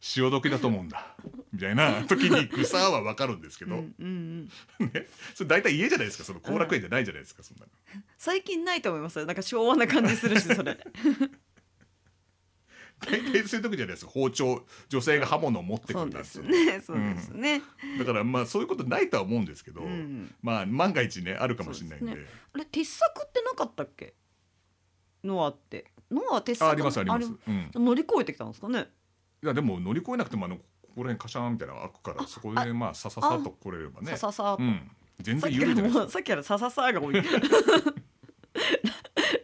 Speaker 1: 潮時だと思うんだみたいな時にグサーは分かるんですけ
Speaker 2: う
Speaker 1: ど、
Speaker 2: んうんう
Speaker 1: (laughs)
Speaker 2: ん
Speaker 1: ね、それ大体家じゃないですかその後楽園じゃないじゃないですか、そんなの
Speaker 2: 最近ないと思いますよなんか昭和な感じするし
Speaker 1: (laughs)
Speaker 2: それ
Speaker 1: 大体そういう時じゃないですか包丁女性が刃物を持ってく
Speaker 2: そ
Speaker 1: る
Speaker 2: うん
Speaker 1: だ
Speaker 2: で
Speaker 1: って
Speaker 2: すねそうですね、
Speaker 1: だからまあそういうことないとは思うんですけど、
Speaker 2: うん
Speaker 1: まあ万が一ねあるかもしれないんで
Speaker 2: そうであれ鉄柵ってなかったっけノアってノアは鉄
Speaker 1: あ
Speaker 2: 柵
Speaker 1: ありますあります、うん、
Speaker 2: 乗り越えてきたんですかね
Speaker 1: いやでも乗り越えなくてもあのこら辺カシャンみたいなの開くからそこでまあさささっと来れればね
Speaker 2: さささ
Speaker 1: う、ん全
Speaker 2: さっ
Speaker 1: 然
Speaker 2: き
Speaker 1: 有利じ
Speaker 2: か
Speaker 1: ゃな
Speaker 2: ら
Speaker 1: いです
Speaker 2: も
Speaker 1: か
Speaker 2: うさっきからさささが多い (laughs)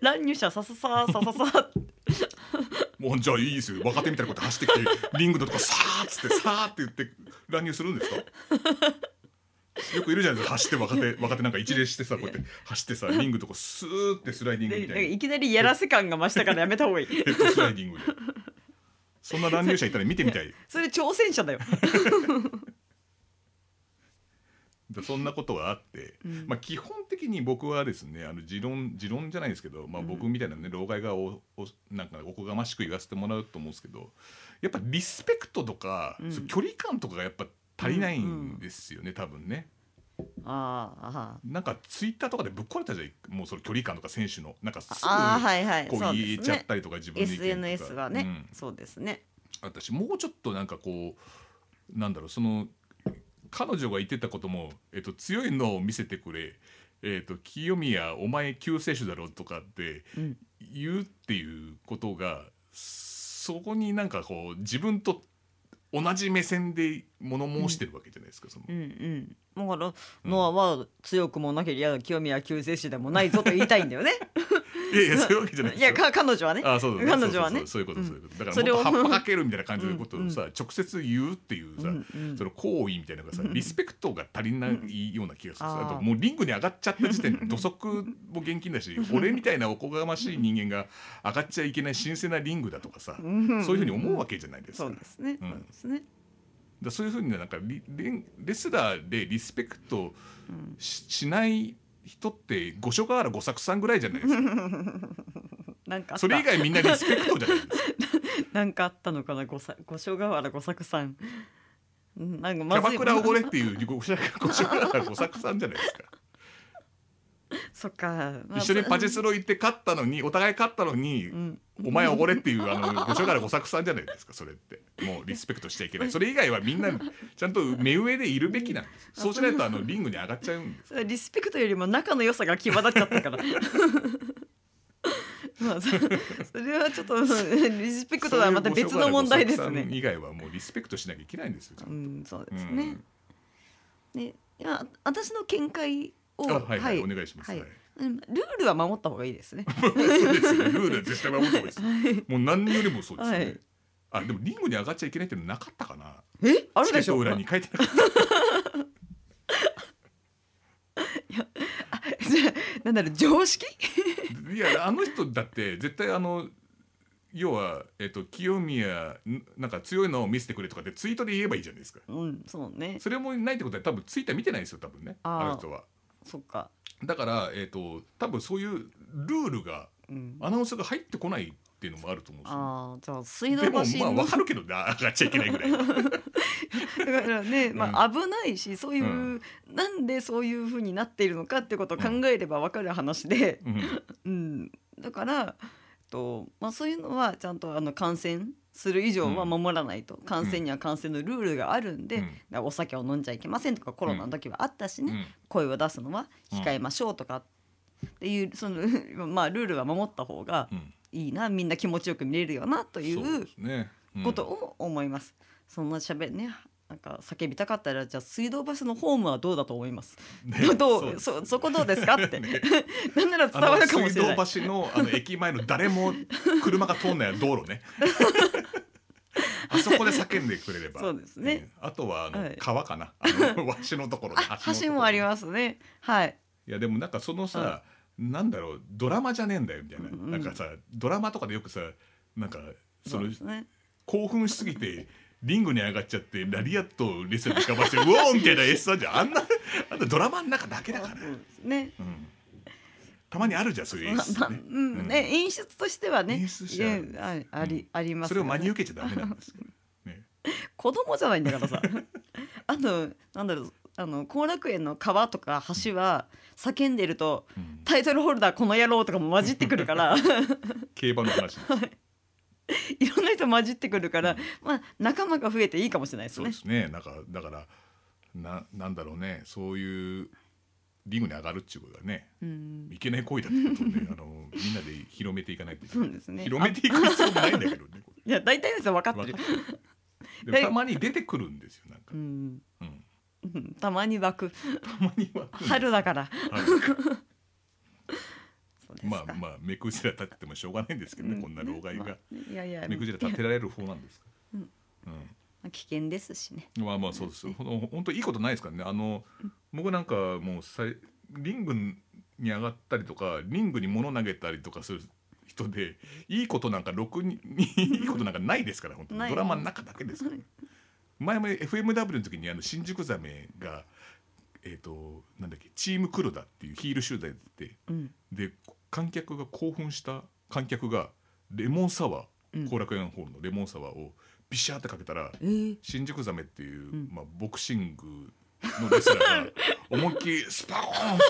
Speaker 2: 乱入者ささささささ
Speaker 1: もうじゃあいいですよ若手みたいなこと走ってきてリングのとこさーっつってさーって言って乱入するんですかよくいるじゃないですか走って若手若手なんか一礼してさこうやって走ってさリングのとこスーってスライディング
Speaker 2: で
Speaker 1: み
Speaker 2: な
Speaker 1: た
Speaker 2: んか
Speaker 1: いない
Speaker 2: きなりやらせ感が増したからやめた方がいい
Speaker 1: ヘッドスライディングでそんな乱入者いたら見てみたい
Speaker 2: それ挑戦者だよ
Speaker 1: でそんなことがあって、
Speaker 2: うん
Speaker 1: まあ、基本的に僕はですねあの持論持論じゃないですけど、まあ、
Speaker 2: うん
Speaker 1: 僕みたいなね老害がおおなんかおこがましく言わせてもらうと思うんですけどやっぱリスペクトとか、
Speaker 2: うん
Speaker 1: そう距離感とかがやっぱ足りないんですよね、多分ね。
Speaker 2: あーあ
Speaker 1: なんかツイッターとかでぶっ壊れたじゃんもうその距離感とか選手のなんかす
Speaker 2: ーあーはいはい
Speaker 1: ぐこ
Speaker 2: そうう
Speaker 1: 言え
Speaker 2: です
Speaker 1: ちゃっ
Speaker 2: ね
Speaker 1: たりとか自分の意見とか
Speaker 2: SNS はね、
Speaker 1: うん
Speaker 2: そうですね
Speaker 1: 私もうちょっとなんかこうなんだろうその彼女が言ってたことも、えっと、強いのを見せてくれ、えっと、清宮お前救世主だろとかって
Speaker 2: うん
Speaker 1: 言うっていうことがそこになんかこう自分と同じ目線で物申してるわけじゃないですか。その
Speaker 2: うんうんだからノアは強くもなけりゃ清宮救世主でもないぞと言いたいんだよね
Speaker 1: (laughs) いやいやそういうわけじゃない
Speaker 2: い
Speaker 1: です
Speaker 2: や
Speaker 1: よ。
Speaker 2: か彼女はね
Speaker 1: あそうそう
Speaker 2: (laughs) 彼女はね
Speaker 1: そうそうそういうことそういうことだか
Speaker 2: それ
Speaker 1: らも
Speaker 2: を
Speaker 1: っと葉
Speaker 2: (laughs)
Speaker 1: っぱかけるみたいな感じのことをさ
Speaker 2: う
Speaker 1: 直接言うっていうさ、
Speaker 2: うんうん
Speaker 1: その行為みたいなのがさリスペクトが足りないような気がする、
Speaker 2: うん
Speaker 1: あ
Speaker 2: あー
Speaker 1: ともうリングに上がっちゃった時点
Speaker 2: (laughs)
Speaker 1: で土足も現金だし俺みたいなおこがましい人間が上がっちゃいけない神聖なリングだとかさ、
Speaker 2: ん
Speaker 1: そういうふうに思うわけじゃないですか。
Speaker 2: そうですね、
Speaker 1: うん
Speaker 2: そうですね
Speaker 1: だそういうふうになんかリレレスラーでリスペクトし,、ない人って五所川原五作さんぐらいじゃないです
Speaker 2: (laughs)
Speaker 1: か
Speaker 2: なんかあった
Speaker 1: それ以外みんなリスペクトじゃないですか
Speaker 2: なんかあったのかな五さ五所川原五作さんうんなん
Speaker 1: キャ
Speaker 2: かま
Speaker 1: バ
Speaker 2: ずい
Speaker 1: クラおごれっていう五所川原五作さんじゃないですか。
Speaker 2: (laughs) そっか、まあ
Speaker 1: 一緒にパチスロ行って勝ったのにお互い勝ったのに、
Speaker 2: ん
Speaker 1: お前おごれっていうあの五所から五作さんじゃないですかそれってもうリスペクトしちゃいけないそれ以外はみんなちゃんと目上でいるべきなん
Speaker 2: (laughs)
Speaker 1: ですそうしないとあのリングに上がっちゃうんです
Speaker 2: それリスペクトよりも仲の良さが際立っちゃったから (laughs) まあそそれはちょっとうんリスペクトはまた別の問題です
Speaker 1: そういう五所川原五作さん以外
Speaker 2: ね
Speaker 1: はもうリスペクトしなきゃいけないんですよちゃん
Speaker 2: う
Speaker 1: と
Speaker 2: んそうですね、ねいや私の見解を
Speaker 1: あはいはいお願いします
Speaker 2: はい
Speaker 1: はい
Speaker 2: うんルールは守った方がいいです
Speaker 1: (laughs)
Speaker 2: ね
Speaker 1: そうですねルールは絶対守った方がいいですもう何よりもそうですよね、
Speaker 2: はい
Speaker 1: あでもリングに上がっちゃいけないっていうのなかったかな
Speaker 2: えあるでし
Speaker 1: チケッ
Speaker 2: ょ
Speaker 1: ト裏に書いてなかった
Speaker 2: じゃあ (laughs) なんだろう常識
Speaker 1: いやあの人だって絶対あの要は、えっと清宮んなんか強いのを見せてくれとかってツイートで言えばいいじゃないですか
Speaker 2: うんそうね
Speaker 1: それもないってことは多分ツイッター見てないですよ多分ね
Speaker 2: あー
Speaker 1: あの人は
Speaker 2: そっか
Speaker 1: だから、えっと多分そういうルールが
Speaker 2: うん
Speaker 1: アナウンスが入ってこないっていうのもあると思うん
Speaker 2: ああじゃあ
Speaker 1: で
Speaker 2: 水道
Speaker 1: すよで
Speaker 2: 橋
Speaker 1: もまあ
Speaker 2: の
Speaker 1: 分かるけどな上がっちゃいけないぐらいは
Speaker 2: だから (laughs) ね、まあ、危ないしそういう、
Speaker 1: うん
Speaker 2: なんでそういうふうになっているのかってことを考えれば分かる話で、
Speaker 1: うん
Speaker 2: うん、だから、えっとまあ、そういうのはちゃんとあの感染する以上は守らないと、感染には感染のルールがあるんで、
Speaker 1: うん
Speaker 2: だからお酒を飲んじゃいけませんとかコロナの時はあったしね、声を出すのは控えましょうとかっていうその、 (laughs) まあ、ルールは守った方が
Speaker 1: うんうん
Speaker 2: いいなみんな気持ちよく見れるよな (laughs) とい
Speaker 1: そう
Speaker 2: う
Speaker 1: ですねうん
Speaker 2: ことを思います。そんな喋りね、なんか叫びたかったらじゃあ水道橋のホームはどうだと思います。
Speaker 1: ね
Speaker 2: (laughs) ど
Speaker 1: そう
Speaker 2: う
Speaker 1: です
Speaker 2: そそこどうですかって。
Speaker 1: ね
Speaker 2: (laughs) なんなら伝
Speaker 1: あ
Speaker 2: わ
Speaker 1: の
Speaker 2: るかもし
Speaker 1: 水
Speaker 2: れな
Speaker 1: 道
Speaker 2: い。
Speaker 1: 橋のあの駅前の誰も車が通んない道路
Speaker 2: (laughs)
Speaker 1: ねあそこで叫んでくれれば
Speaker 2: そうですね
Speaker 1: んあとはあの、
Speaker 2: はい
Speaker 1: 川かなあ
Speaker 2: (laughs)
Speaker 1: の橋のところね
Speaker 2: あ
Speaker 1: のとこ
Speaker 2: 橋
Speaker 1: ろ
Speaker 2: もありますね。はい。
Speaker 1: いやでもなんかそのさ、なんだろうドラマじゃねえんだよみたいな、
Speaker 2: うんうん
Speaker 1: なんかさドラマとかでよくさなんかそ
Speaker 2: そう
Speaker 1: の
Speaker 2: ですね。
Speaker 1: 興奮しすぎてリングに上がっちゃってラリアットをレスラーに捕まってう (laughs) おーみたいな S さんじゃんあんなあんなドラマの中だけだから、
Speaker 2: そうですね。
Speaker 1: うんたまにあるじゃんそういう演出
Speaker 2: まあまあ
Speaker 1: ね
Speaker 2: う。んね演出としてはね。
Speaker 1: 演出としてはあるんです
Speaker 2: いやああり、あります、ね。
Speaker 1: それを真に受けちゃダメなんです
Speaker 2: (laughs)
Speaker 1: よ。ね、
Speaker 2: 子供じゃないんだか
Speaker 1: (laughs)
Speaker 2: らさあとなんだろうあの後楽園の川とか橋は叫んでると、
Speaker 1: ん
Speaker 2: タイトルホルダーこの野郎とかも混じってくるから
Speaker 1: 競馬の話です。
Speaker 2: いろんな人混じってくるから、まあ仲間が増えていいかもしれないです
Speaker 1: そう
Speaker 2: ね
Speaker 1: ですね。なんかだからななんだろうね、そういうリングに上がるっていうことがね、
Speaker 2: うん
Speaker 1: いけない行為だってことを
Speaker 2: (laughs)
Speaker 1: ね、あのみんなで広めていかないといけ
Speaker 2: そ
Speaker 1: な
Speaker 2: う
Speaker 1: い。
Speaker 2: ですね
Speaker 1: 広めていく必要もないんだけどね。これ
Speaker 2: いや大体の人は分かってる
Speaker 1: 分かってでもたまに出てくるんですよなんか
Speaker 2: う、ん、
Speaker 1: うん、
Speaker 2: うんたまに湧く
Speaker 1: たまには
Speaker 2: 春だから
Speaker 1: はい
Speaker 2: そうです
Speaker 1: ま
Speaker 2: か
Speaker 1: あまあ目くじら立っててもしょうがないんですけどね、
Speaker 2: うん
Speaker 1: こんな老害が
Speaker 2: まあいやいや
Speaker 1: 目くじら立てられる方なんですか
Speaker 2: うん、
Speaker 1: うん
Speaker 2: 危険ですしね
Speaker 1: まあまあそうですほん本当いいことないですからねあの僕なんかもうさいリングに上がったりとかリングに物投げたりとかする人でいいことなんかろくにいいことなんかないですから本当に
Speaker 2: ない
Speaker 1: ドラマの中だけですから、前も FMW の時にあの新宿ザメがえっ、となんだっけチーム黒田っていうヒール集団やってて
Speaker 2: うん
Speaker 1: で観客が興奮した観客がレモンサワ
Speaker 2: うん
Speaker 1: ー後楽園ホールのレモンサワーをビシャーってかけたら、
Speaker 2: えー、
Speaker 1: 新宿ザメっていう、
Speaker 2: ん
Speaker 1: まあ、ボクシングのレスラーが思いっきりスパーンって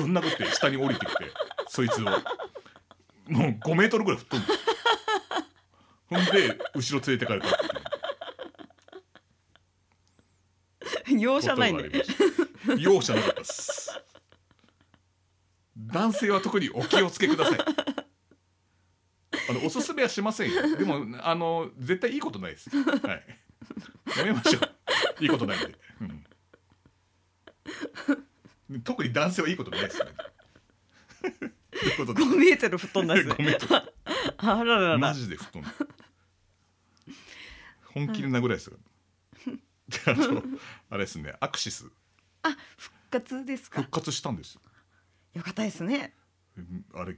Speaker 1: ぶん殴って下に降りてきてそいつをもう5メートルぐらい吹っ飛んでほんで後ろ連れてかれたっていう
Speaker 2: 容
Speaker 1: ことが
Speaker 2: 赦
Speaker 1: あ
Speaker 2: ない
Speaker 1: り
Speaker 2: ね
Speaker 1: ました容赦なかったです男性は特にお気をつけください (laughs) あのおすすめはしませんよでもあの絶対いいことないですはいやめましょういいことないんで、うん、特に男性はいいことないですねということで
Speaker 2: 5メートル吹っ飛んだんですね
Speaker 1: ごめん
Speaker 2: あらら
Speaker 1: マ
Speaker 2: ら
Speaker 1: ジで布団本気で殴られですよ、 (laughs) であとあれですねアクシス
Speaker 2: 復活ですか
Speaker 1: 復活したんです (laughs) よ
Speaker 2: よかったですね
Speaker 1: うんあれ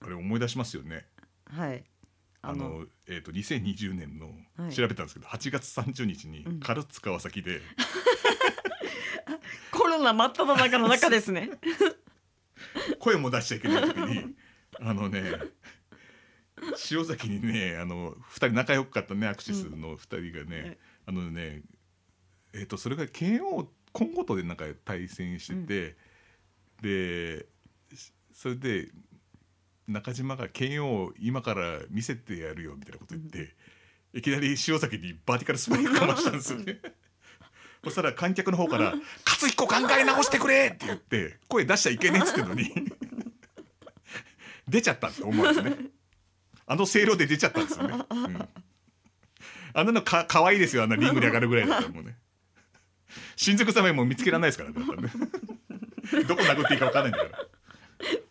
Speaker 1: あれ思い出しますよね
Speaker 2: はい
Speaker 1: あのえー、と2020年の、
Speaker 2: はい
Speaker 1: 調べたんですけど8月30日に
Speaker 2: うん
Speaker 1: 唐津川崎で、
Speaker 2: コロナ真っ只中の中ですね
Speaker 1: 声も出しちゃいけない時
Speaker 2: (laughs)
Speaker 1: にあのね塩崎にねあの2人仲良かったねアクシスの2人がね、あのねえっ、とそれが剣王今後とでなんか対戦してて、でしそれで中島が剣王を今から見せてやるよみたいなこと言って、いきなり塩崎にバーティカルスパイクかましたんですよね。そしたら観客の方から「勝彦考え直してくれ!」って言って声出しちゃいけねえっつってんのに出ちゃったって思うんですねあの声量で出ちゃったんですよね、うんあんなのか可愛いですよあんなリングに上がるぐらいだったらもうね新宿サメも見つけられないですからねだからねどこ殴っていいか分かんないんだか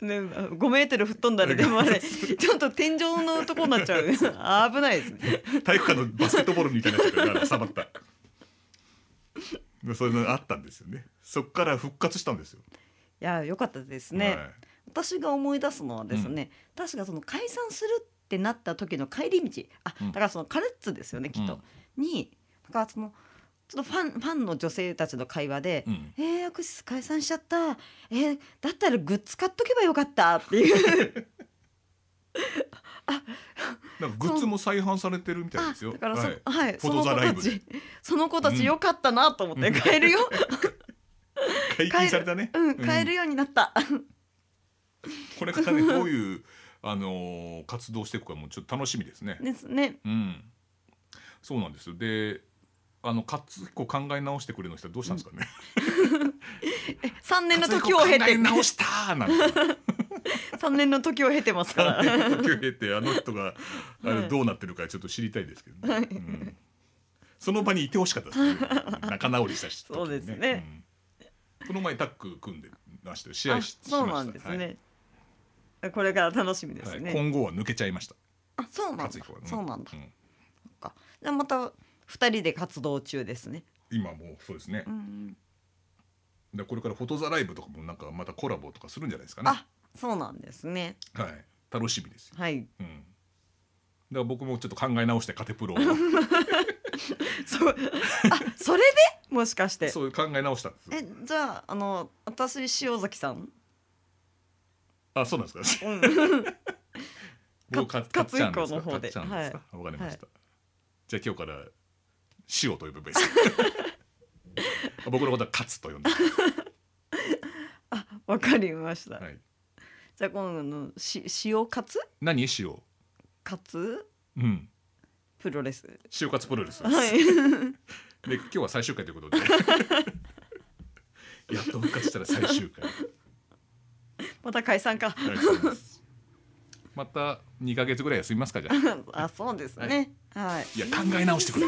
Speaker 1: ら
Speaker 2: ね5メートル吹っ飛んだらでも
Speaker 1: (laughs)
Speaker 2: あれちょっと天井のとこになっちゃう危ないですね
Speaker 1: 体育館のバスケットボールみたいになっちゃってから収まった (laughs) そういうのあったんですよねそっから復活したんですよ
Speaker 2: いやよかったですね、
Speaker 1: はい
Speaker 2: 私が思い出すのはですね、確かその解散するってなった時の帰り道あ、
Speaker 1: うん
Speaker 2: だからそのカルッツですよねきっと、にだからそのちょっとファンファンの女性たちの会話で「
Speaker 1: うん
Speaker 2: えー、アクシス解散しちゃったえー、だったらグッズ買っとけばよかった」っていう
Speaker 1: なんかグッズも再販されてるみたい
Speaker 2: あ
Speaker 1: ですよ。
Speaker 2: だからそ,、
Speaker 1: は
Speaker 2: はい (laughs) いそ
Speaker 1: フォト
Speaker 2: の
Speaker 1: ザ
Speaker 2: 子
Speaker 1: ライ
Speaker 2: た
Speaker 1: ブで
Speaker 2: ちその子たちよかったなと思って買え
Speaker 1: (laughs)
Speaker 2: るよ、
Speaker 1: 解禁されたね。
Speaker 2: うん、買えるようになった、
Speaker 1: これからねどういうあのー活動していくかもちょっと楽しみですね。
Speaker 2: ですね
Speaker 1: うん。そうなんですよ。で、あの勝彦考え直してくれの人はどうしたんですかね。
Speaker 2: 3年の
Speaker 1: (laughs) 勝
Speaker 2: 時
Speaker 1: 彦
Speaker 2: を
Speaker 1: 考
Speaker 2: 経
Speaker 1: え
Speaker 2: て
Speaker 1: 直したー
Speaker 2: (laughs)
Speaker 1: なんて。
Speaker 2: 3年の時を経てますから
Speaker 1: 3年の時を経てあの人があ
Speaker 2: は
Speaker 1: れ
Speaker 2: い
Speaker 1: どうなってるかちょっと知りたいですけどね。うんその場にいてほしかったですね。仲直りしたし、
Speaker 2: そうですね
Speaker 1: うんこの前タッグ組んでましたよ (laughs) 試合
Speaker 2: あ
Speaker 1: ししました。
Speaker 2: そうなんですね、これから楽しみです
Speaker 1: はい。
Speaker 2: ね、
Speaker 1: はい今後は抜けちゃいました。
Speaker 2: あそうなんだ
Speaker 1: 勝彦はね
Speaker 2: そうなんだ、
Speaker 1: うん
Speaker 2: かじゃあまた二人で活動中ですね
Speaker 1: 今もうそうですね
Speaker 2: う、ん
Speaker 1: でこれからフォトザライブとかもなんかまたコラボとかするんじゃないですかね
Speaker 2: あそうなんですね
Speaker 1: はい楽しみですよ、
Speaker 2: はい
Speaker 1: うん、だから僕もちょっと考え直してカテプロを
Speaker 2: そうあそれでもしかして
Speaker 1: そういう考え直したんです
Speaker 2: えじゃああの私塩崎さん、
Speaker 1: あそうなんですか
Speaker 2: うん、
Speaker 1: 僕
Speaker 2: か
Speaker 1: かかっちゃんです
Speaker 2: 勝彦の
Speaker 1: か
Speaker 2: 方
Speaker 1: かっ
Speaker 2: で
Speaker 1: ちゃんですか、わかりました、じゃあ今日から塩と呼 (laughs) ぶべきです僕のことは勝つと呼んで、
Speaker 2: あ (laughs) わかりました、
Speaker 1: はい、
Speaker 2: じゃあ今度のし塩カツ
Speaker 1: 何塩
Speaker 2: カツ
Speaker 1: うん
Speaker 2: プロレス
Speaker 1: 塩勝プロレスです、
Speaker 2: はい (laughs)
Speaker 1: で今日は最終回という (laughs) ことでやっと復活したら最終回
Speaker 2: また解散か
Speaker 1: はいそうですまた2ヶ月ぐらい休みますかじゃあ
Speaker 2: (laughs) あそうですね、はい
Speaker 1: いや考え直してくれ